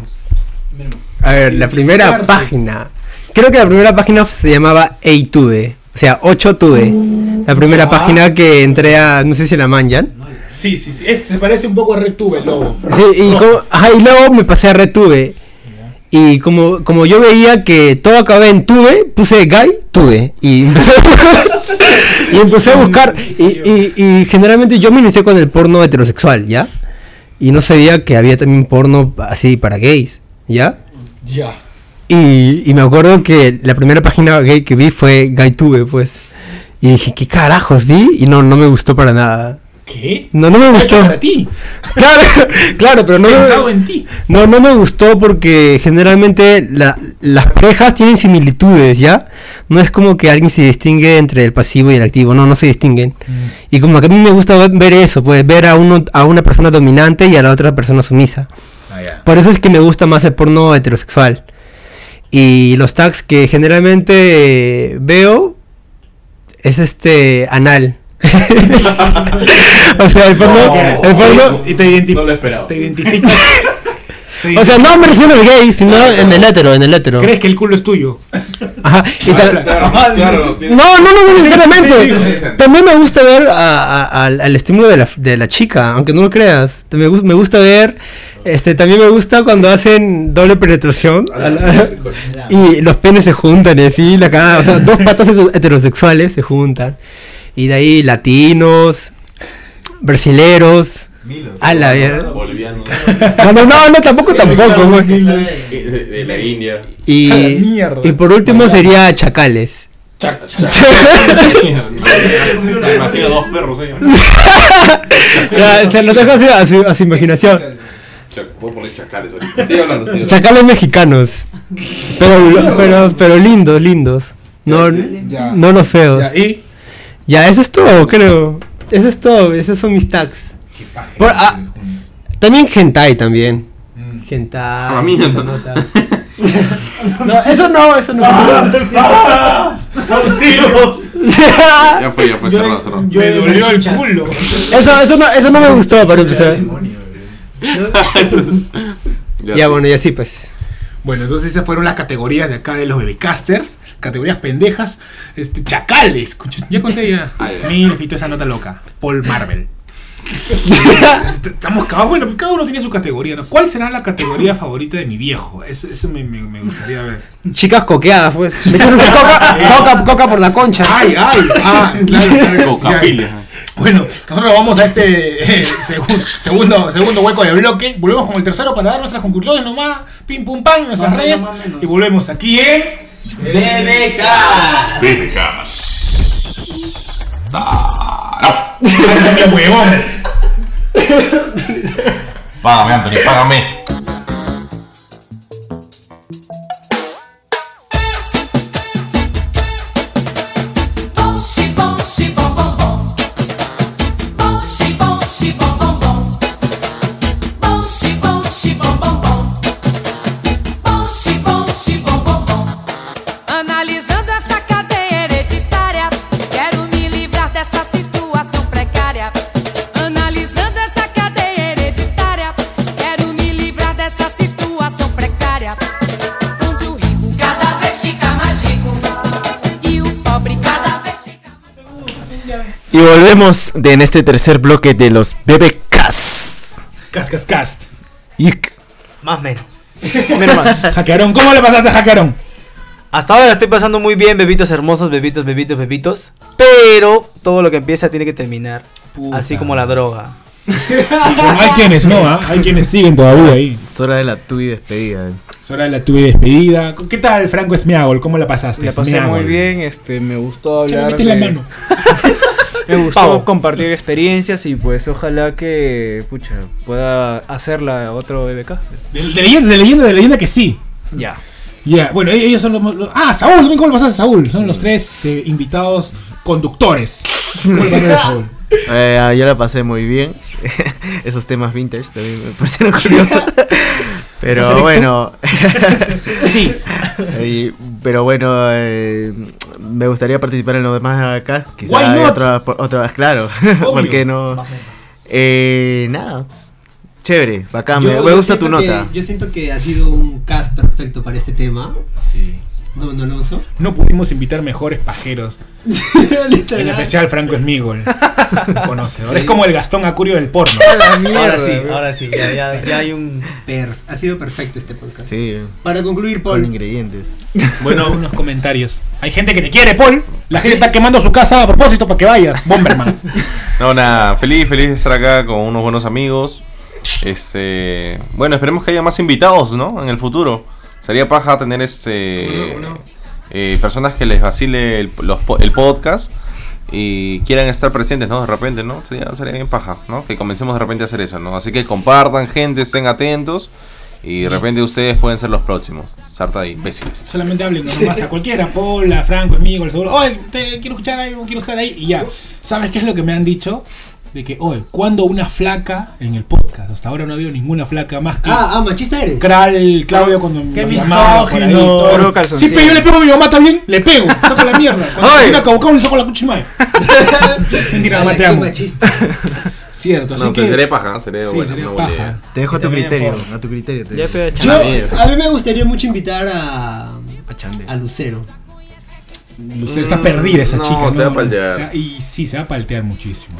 H: A ver, la primera
C: Identificarse.
H: página. Creo que la primera página se llamaba Eitude. O sea, 8tude. La primera página que entré a. No sé si la manjan.
C: Sí, sí, sí. Es- se parece un poco a RedTube el lobo.
H: Sí, y, como- Oh. ajá, y luego me pasé a Retuve. Y como, como yo veía que todo acababa en tuve, puse guy, tuve. Y *laughs* empecé, y empecé a buscar. Y, y- y generalmente yo me inicié con el porno heterosexual, ¿ya? Y no sabía que había también porno así para gays, ¿ya?
C: Ya.
H: Y, y me acuerdo que la primera página gay que vi fue GuyTube, pues. Y dije, ¿qué carajos vi? Y no, no me gustó para nada.
C: ¿Qué?
H: No, no me
C: Está hecho
H: gustó.
C: Para ti.
H: *laughs* Claro, claro, pero no
C: Pensado
H: me,
C: en ti.
H: no, no me gustó porque generalmente la- las parejas tienen similitudes, ¿ya? No es como que alguien se distingue entre el pasivo y el activo, no, no se distinguen. Y como que a mí me gusta ver- ver eso, pues ver a, uno, a una persona dominante y a la otra persona sumisa. Por eso es que me gusta más el porno heterosexual. Y los tags que generalmente eh, veo es este anal. *laughs* o sea, el porno, el porno,
C: Y te identificas.
E: lo esperaba.
C: Te identificas.
H: o sea, no me refiero al gay, sino en el hétero, en el hétero.
C: ¿Crees que el culo es tuyo?
H: *laughs* Ajá, y ta-
E: Claro,
D: Ah,
E: claro.
H: no, no, no, no,
C: Sí, sí,
H: sinceramente.
C: sí.
H: También me gusta ver a- a- al, al estímulo de la, de la chica, aunque no lo creas. Me, gu- me gusta ver, este, también me gusta cuando hacen
C: *laughs*
H: doble penetración a la- y los penes se juntan y así, la cagada, o sea, dos patas heter- heterosexuales se juntan. Y de ahí latinos, brasileros, a la
D: eh.
H: mierda.
E: Boliviano.
H: No, no, no, no, tampoco, tampoco. pues. güey.
E: De, de la India.
H: Y,
C: A la mierda.
H: y por último sería chacales. *laughs*
C: Chac, chac, chac.
E: Me imagino dos perros ahí.
H: Ya, te lo dejo así a su, a su imaginación.
E: Chac- Voy a poner chacales ahorita. Sigue hablando, sigue hablando.
H: Chacales mexicanos. Pero, pero, pero lindos, lindos. No, no los feos.
C: Ya, y
H: Ya, eso es todo, creo. Eso es todo, esos son mis tags. Por- ah, también hentai también.
C: Mm.
H: Hentai.
E: la mierda.
H: esas notas. No, eso no, eso no.
E: Ya fue, ya fue, cerrado, cerrado.
C: me dolió el culo.
H: eso, eso no, eso no me gustó para empezar. Ya bueno, y así pues.
C: Bueno, entonces esas fueron las categorías de acá de los bebecasters. Categorías pendejas. Este, chacales. Concha, Ya conté ya.
E: Ah, ya.
C: Mil, fito esa nota loca. Paul Marvel. Est- Estamos cagados. Bueno, pues cada uno tiene su categoría. ¿no? ¿Cuál será la categoría favorita de mi viejo? Eso, eso me, me- me gustaría ver.
H: Chicas coqueadas,
C: *laughs*
H: pues. Le echan esa coca, coca, coca por la concha.
C: ¡Ay, ay! Ah, claro, claro.
E: Cocafilia.
C: Bueno, nosotros vamos a este eh, segun- segundo, segundo hueco de bloque. Volvemos con el tercero para dar nuestras conclusiones nomás. Pim, pum, pam, nuestras redes. y volvemos aquí en...
O: BBK.
C: ¡Ándame, huevón!
P: Págame, Anthony, págame.
Q: Analisando essa cadeia hereditária, quero me livrar dessa situação precária. Analisando essa cadeia hereditária, quero me livrar dessa situação precária. Onde o rico cada vez fica mais rico e o pobre cada vez fica mais
D: Y volvemos de, en este tercer bloque de los BBKs.
C: Cas, cas, cas.
D: Y
F: Más menos.
C: Hackearon, ¿cómo le pasaste a
H: *laughs*
C: Hackearon?
F: Hasta ahora la estoy pasando muy bien, bebitos hermosos, bebitos, bebitos, bebitos. Pero todo lo que empieza tiene que terminar. Así como la droga.
C: Bueno, hay quienes no, ¿ah? hay quienes siguen todavía ahí.
D: es hora de la tuya despedida.
C: Es hora de la tuve despedida. ¿Qué tal, Franco Esmiagol? ¿Cómo la pasaste?
H: La pasé
C: Esmeagol?
H: muy bien, este, me gustó
C: Ya me
H: hablar.
C: metes la
H: de-
C: mano.
H: Me gustó
F: Pavo.
H: compartir experiencias y pues ojalá que pucha, pueda hacerla otro
D: E
H: BBK.
C: De, de leyenda, de leyenda, de leyenda que sí.
H: Ya.
C: Ya, bueno, e- ellos son los, los- Ah, Saúl, también cómo le pasaste a Saúl. Son los tres este, invitados conductores. ¿Cómo le pasaste a Saúl?
D: Eh, ah, yo la pasé muy bien. *laughs* Esos temas vintage también me parecieron
H: *laughs*
D: curiosos.
C: ¿Sos erecto?
D: Pero bueno.
C: Sí.
D: *laughs* Y- pero bueno, eh, me gustaría participar en los demás acá. Quizás
C: Why not?
D: otras, claro. *laughs*
C: Obvio.
D: ¿Por qué no?
R: Eh, nada. pues, Chévere, bacán.
H: Yo-
R: Ah, me- me
H: yo
R: gusta tu
H: siento que-
R: nota.
H: yo siento que ha sido un cast perfecto para este tema. Sí. No, no,
R: *laughs*
H: Alonso.
C: No pudimos invitar mejores pajeros. en especial Franco *laughs* Smigol. Conocedor.
H: Sí.
C: Es como el Gastón Acurio del *laughs* porno.
H: Ahora sí, ahora sí, ya- ya- ya hay
D: un.
H: ha sido perfecto este podcast.
R: Sí.
H: Para concluir, Paul.
R: Con ingredientes.
C: Bueno, unos comentarios. Hay gente que te quiere, Paul. La gente está quemando su casa a propósito para que vayas. Bomberman.
E: No, nada, feliz, feliz de estar acá con unos buenos amigos. Este, bueno, esperemos que haya más invitados, ¿no? En el futuro. Sería paja tener este eh, personas que les vacile el, los po- el podcast y quieran estar presentes, ¿no? De repente, ¿no? Sería, sería bien paja, ¿no? Que comencemos de repente a hacer eso, ¿no? Así que compartan, gente, estén atentos y de repente ustedes pueden ser los próximos. Sarta de imbéciles.
C: Solamente hablen nomás a cualquiera, Paula, Franco, amigo, el seguro. Oye, te quiero escuchar ahí, quiero estar ahí. Y ya. ¿Sabes qué es lo que me han dicho? De que, oye, cuando una flaca en el podcast? Hasta ahora no ha habido ninguna flaca más que.
H: Ah, ah, machista eres.
C: Kral, Claudio, cuando
H: Qué
C: lo llamaba por ahí,
H: misógino.
C: todo.
H: Puro calzoncillo.
C: Siempre yo le pego a mi mamá también, le pego, saco la mierda.
H: *laughs*
C: Cuando
H: Ay.
C: viene a Caucao, le saco la cuchimay.
H: *laughs*
C: Mira, mamá, te amo.
H: machista.
C: Cierto, así
E: No, pues
C: que.
E: sería paja, sería
C: Sí,
E: buena,
C: sería
E: una buena
C: paja.
E: idea.
R: Te dejo a tu
C: También,
R: criterio.
C: por-
R: A tu criterio. te
C: Ya,
R: dejo.
C: pero
H: Yo, a mí me gustaría mucho invitar a. A Lucero.
C: Lucero está perdida esa
E: No,
C: chica.
E: se va a paltear.
C: se va- y sí, se va a paltear muchísimo.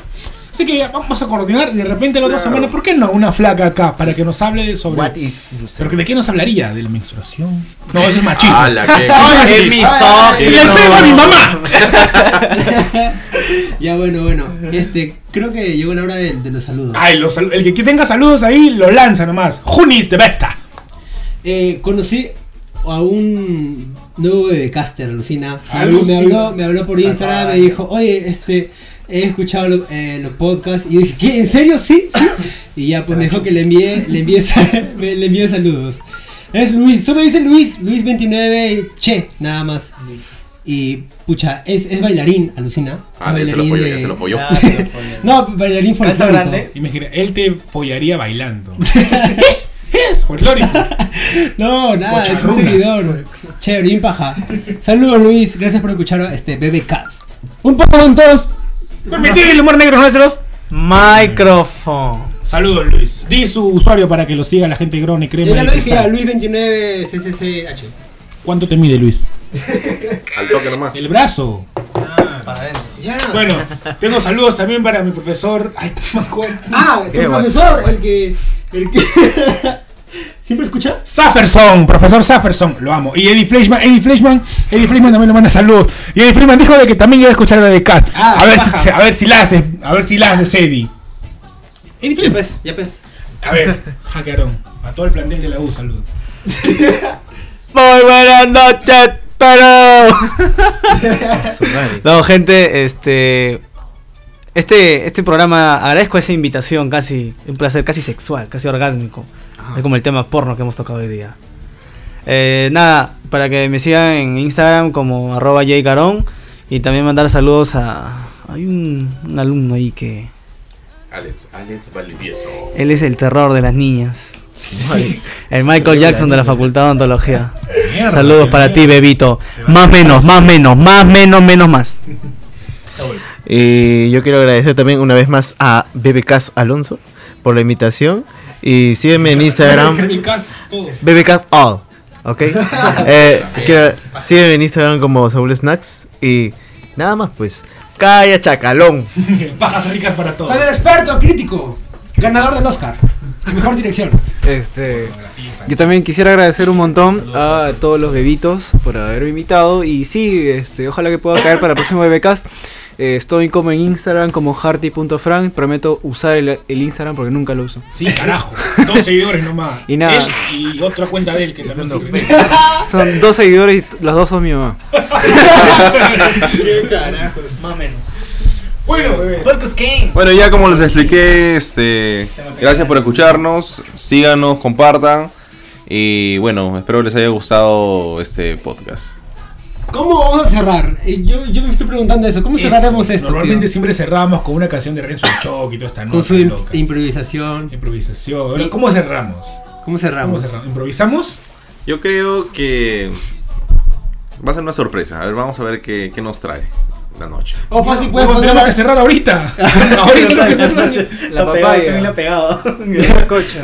C: Así que vamos a coordinar y de repente la otra semana, ¿por qué no una flaca acá para que nos hable sobre. What
R: is
C: ¿Pero de qué nos hablaría? ¿De la menstruación? No, eso es machismo.
E: ¡Hala, qué- Ah,
C: Ay,
E: qué
C: es
E: misógino!
C: ¡Y el pego a mi mamá!
H: *laughs* ya, bueno, bueno. Este, creo que llegó la hora de, de los saludos.
C: Ay, los sal- el que tenga saludos ahí lo lanza nomás. Junis de Besta.
H: Eh, conocí a un nuevo bebecaster, alucina.
E: Ah,
H: Me habló, me
C: Alucina.
H: habló, me habló por Instagram, me dijo, oye, este, he escuchado lo- eh, los podcasts. Y yo dije, ¿qué? ¿En serio? Sí, sí. Y ya, pues me dijo que le envié, le envié, sa- *laughs* me- le envié saludos. Es Luis, solo dice Luis, Luis29, che, nada más. Y pucha, es, es bailarín, alucina.
E: Ah,
H: Es
E: ya se lo
H: bailarín
E: folló,
H: de-
E: ya se lo folló.
H: *laughs* No, bailarín folclórico.
C: Imagina, él te follaría
H: *laughs*
C: bailando. es, es folclórico.
H: No, nada, es un
C: Cocharrunas.
H: seguidor. Chévere, bien paja. Saludos Luis, gracias por escuchar a este BBcast. Un poco con todos.
C: Permitir el humor negro nuestros.
D: Micrófono.
C: Saludos, Luis. Di su usuario para que lo siga la gente grone crema.
H: Yo ya
C: de
H: lo dije,
C: cristal.
H: ya, Luis29 CCCH.
C: ¿Cuánto te mide, Luis?
E: Al toque nomás.
C: El brazo.
H: Ya.
C: Bueno, tengo saludos también para mi profesor. Ay, no me acuerdo.
H: Ah, tu
C: Qué guay.
H: profesor, el que. El que ¿Siempre escucha?
C: Safferson, profesor Safferson, lo amo. Y Eddie Fleischman, Eddie Fleischman, Eddie Fleischman también le manda saludos. Y Eddie Fleischman dijo de que también iba a escuchar la de Cast.
H: Ah,
C: a, ver si,
H: baja.
C: a ver si la haces, a ver si la haces, Eddie.
H: Eddie Flippes, ya pes.
C: A ver, hackerón, a todo el plantel de la U, saludos.
D: Muy buenas noches, pero. no, gente, este. Este, este programa, agradezco esa invitación, casi un placer casi sexual, casi orgásmico. Es como el tema porno que hemos tocado hoy día. Eh, nada, para que me sigan en Instagram como arroba jcarón y también mandar saludos a... Hay un, un alumno ahí que...
E: Alex, Alex Valdivieso.
D: Él es el terror de las niñas.
E: madre.
D: *laughs* El Michael Jackson de la Facultad de Ontología.
E: Mierda,
D: Saludos
E: qué
D: para ti,
E: mierda.
D: bebito. Más menos, más menos, más menos, menos más.
R: Eh, yo quiero agradecer también una vez más a BBCas Alonso por la invitación. Y sígueme en
E: *laughs*
R: Instagram.
C: Bebecas, todo. *laughs*
R: BBCas All. ¿Ok? Eh, quiero- sígueme en Instagram como Saúl Snacks. Y nada más, pues. Calla, chacalón.
C: Pajas ricas para todos.
H: Con el experto crítico, ganador del Oscar, y mejor dirección.
F: Este, yo también quisiera agradecer un montón a todos los bebitos por haberme invitado. Y sí, este, ojalá que pueda caer para el próximo Bebecast. Eh, estoy como en Instagram como
C: *laughs*
F: harty.frank. Prometo usar el, el Instagram porque nunca lo uso.
C: Sí, carajo. Dos seguidores nomás.
F: Y nada.
C: Él y otra cuenta de él que también sirve.
F: Son dos seguidores y t- los dos son mi mamá.
C: Qué carajo. Más o menos. Bueno, bebés.
E: Bueno, ya como les expliqué, este, gracias por escucharnos, síganos, compartan y bueno, espero les haya gustado este podcast.
H: ¿Cómo vamos a cerrar? Eh, Yo, yo me estoy preguntando eso, ¿cómo
C: Eso,
H: Pues cerraremos esto?
C: Normalmente
H: tío?
C: siempre cerramos con una canción de Renzo Choc y toda esta
H: Con
C: nota
H: su im-
C: loca.
H: improvisación.
C: Improvisación. Ahora, ¿Cómo cerramos?
H: ¿Cómo cerramos?
C: ¿Improvisamos?
E: Yo creo que va a ser una sorpresa, a ver, vamos a ver qué, qué nos trae.
I: la
E: *laughs*
I: noche.
H: O Oh, fácil, puedes
C: Huevón,
H: poner
C: tenemos
H: la-
C: que cerrar
H: *laughs*
C: ahorita. ahorita tenemos que cerrar.
F: La papaya. También la pegado. La cocha.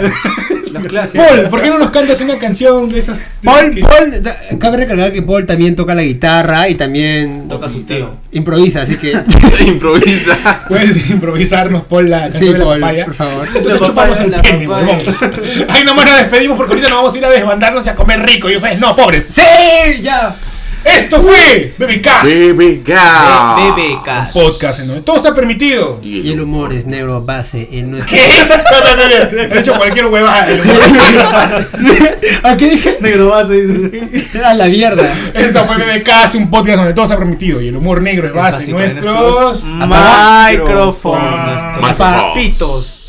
F: Los clásicos.
C: Paul, ¿por qué no nos cantas una canción de esas?
H: Paul, Paul, da- cabe recalcar que Paul también toca la guitarra y también
F: Toca su tío.
H: improvisa, así que *laughs*
I: improvisa.
C: Puedes improvisarnos, Paul, la canción
H: Sí,
C: de la
H: Paul,
C: papaya.
H: por favor.
C: Entonces
F: La
C: chupamos
F: papaya,
C: el
F: la
C: pene,
F: papaya.
C: huevón. Ahí nomás nos despedimos porque ahorita nos vamos a ir a desbandarnos y a comer rico. Y ustedes, no, pobres.
F: ¡Sí! ¡Ya!
C: Esto fue BBK.
F: BBK.
C: Podcast en donde todo está permitido.
H: y el humor es negro base en nuestro *laughs*
C: ¿Qué? *laughs* No, no, no, no. He hecho cualquier huevada.
H: *laughs* ¿A qué dije?
F: Negro base.
H: A la mierda.
C: Esto fue BBK, un podcast donde todo está permitido y el humor negro es base.
F: básico de
C: Nuestros.
F: Micrófonos.
C: Micrófonos.
F: Nuestros Papitos.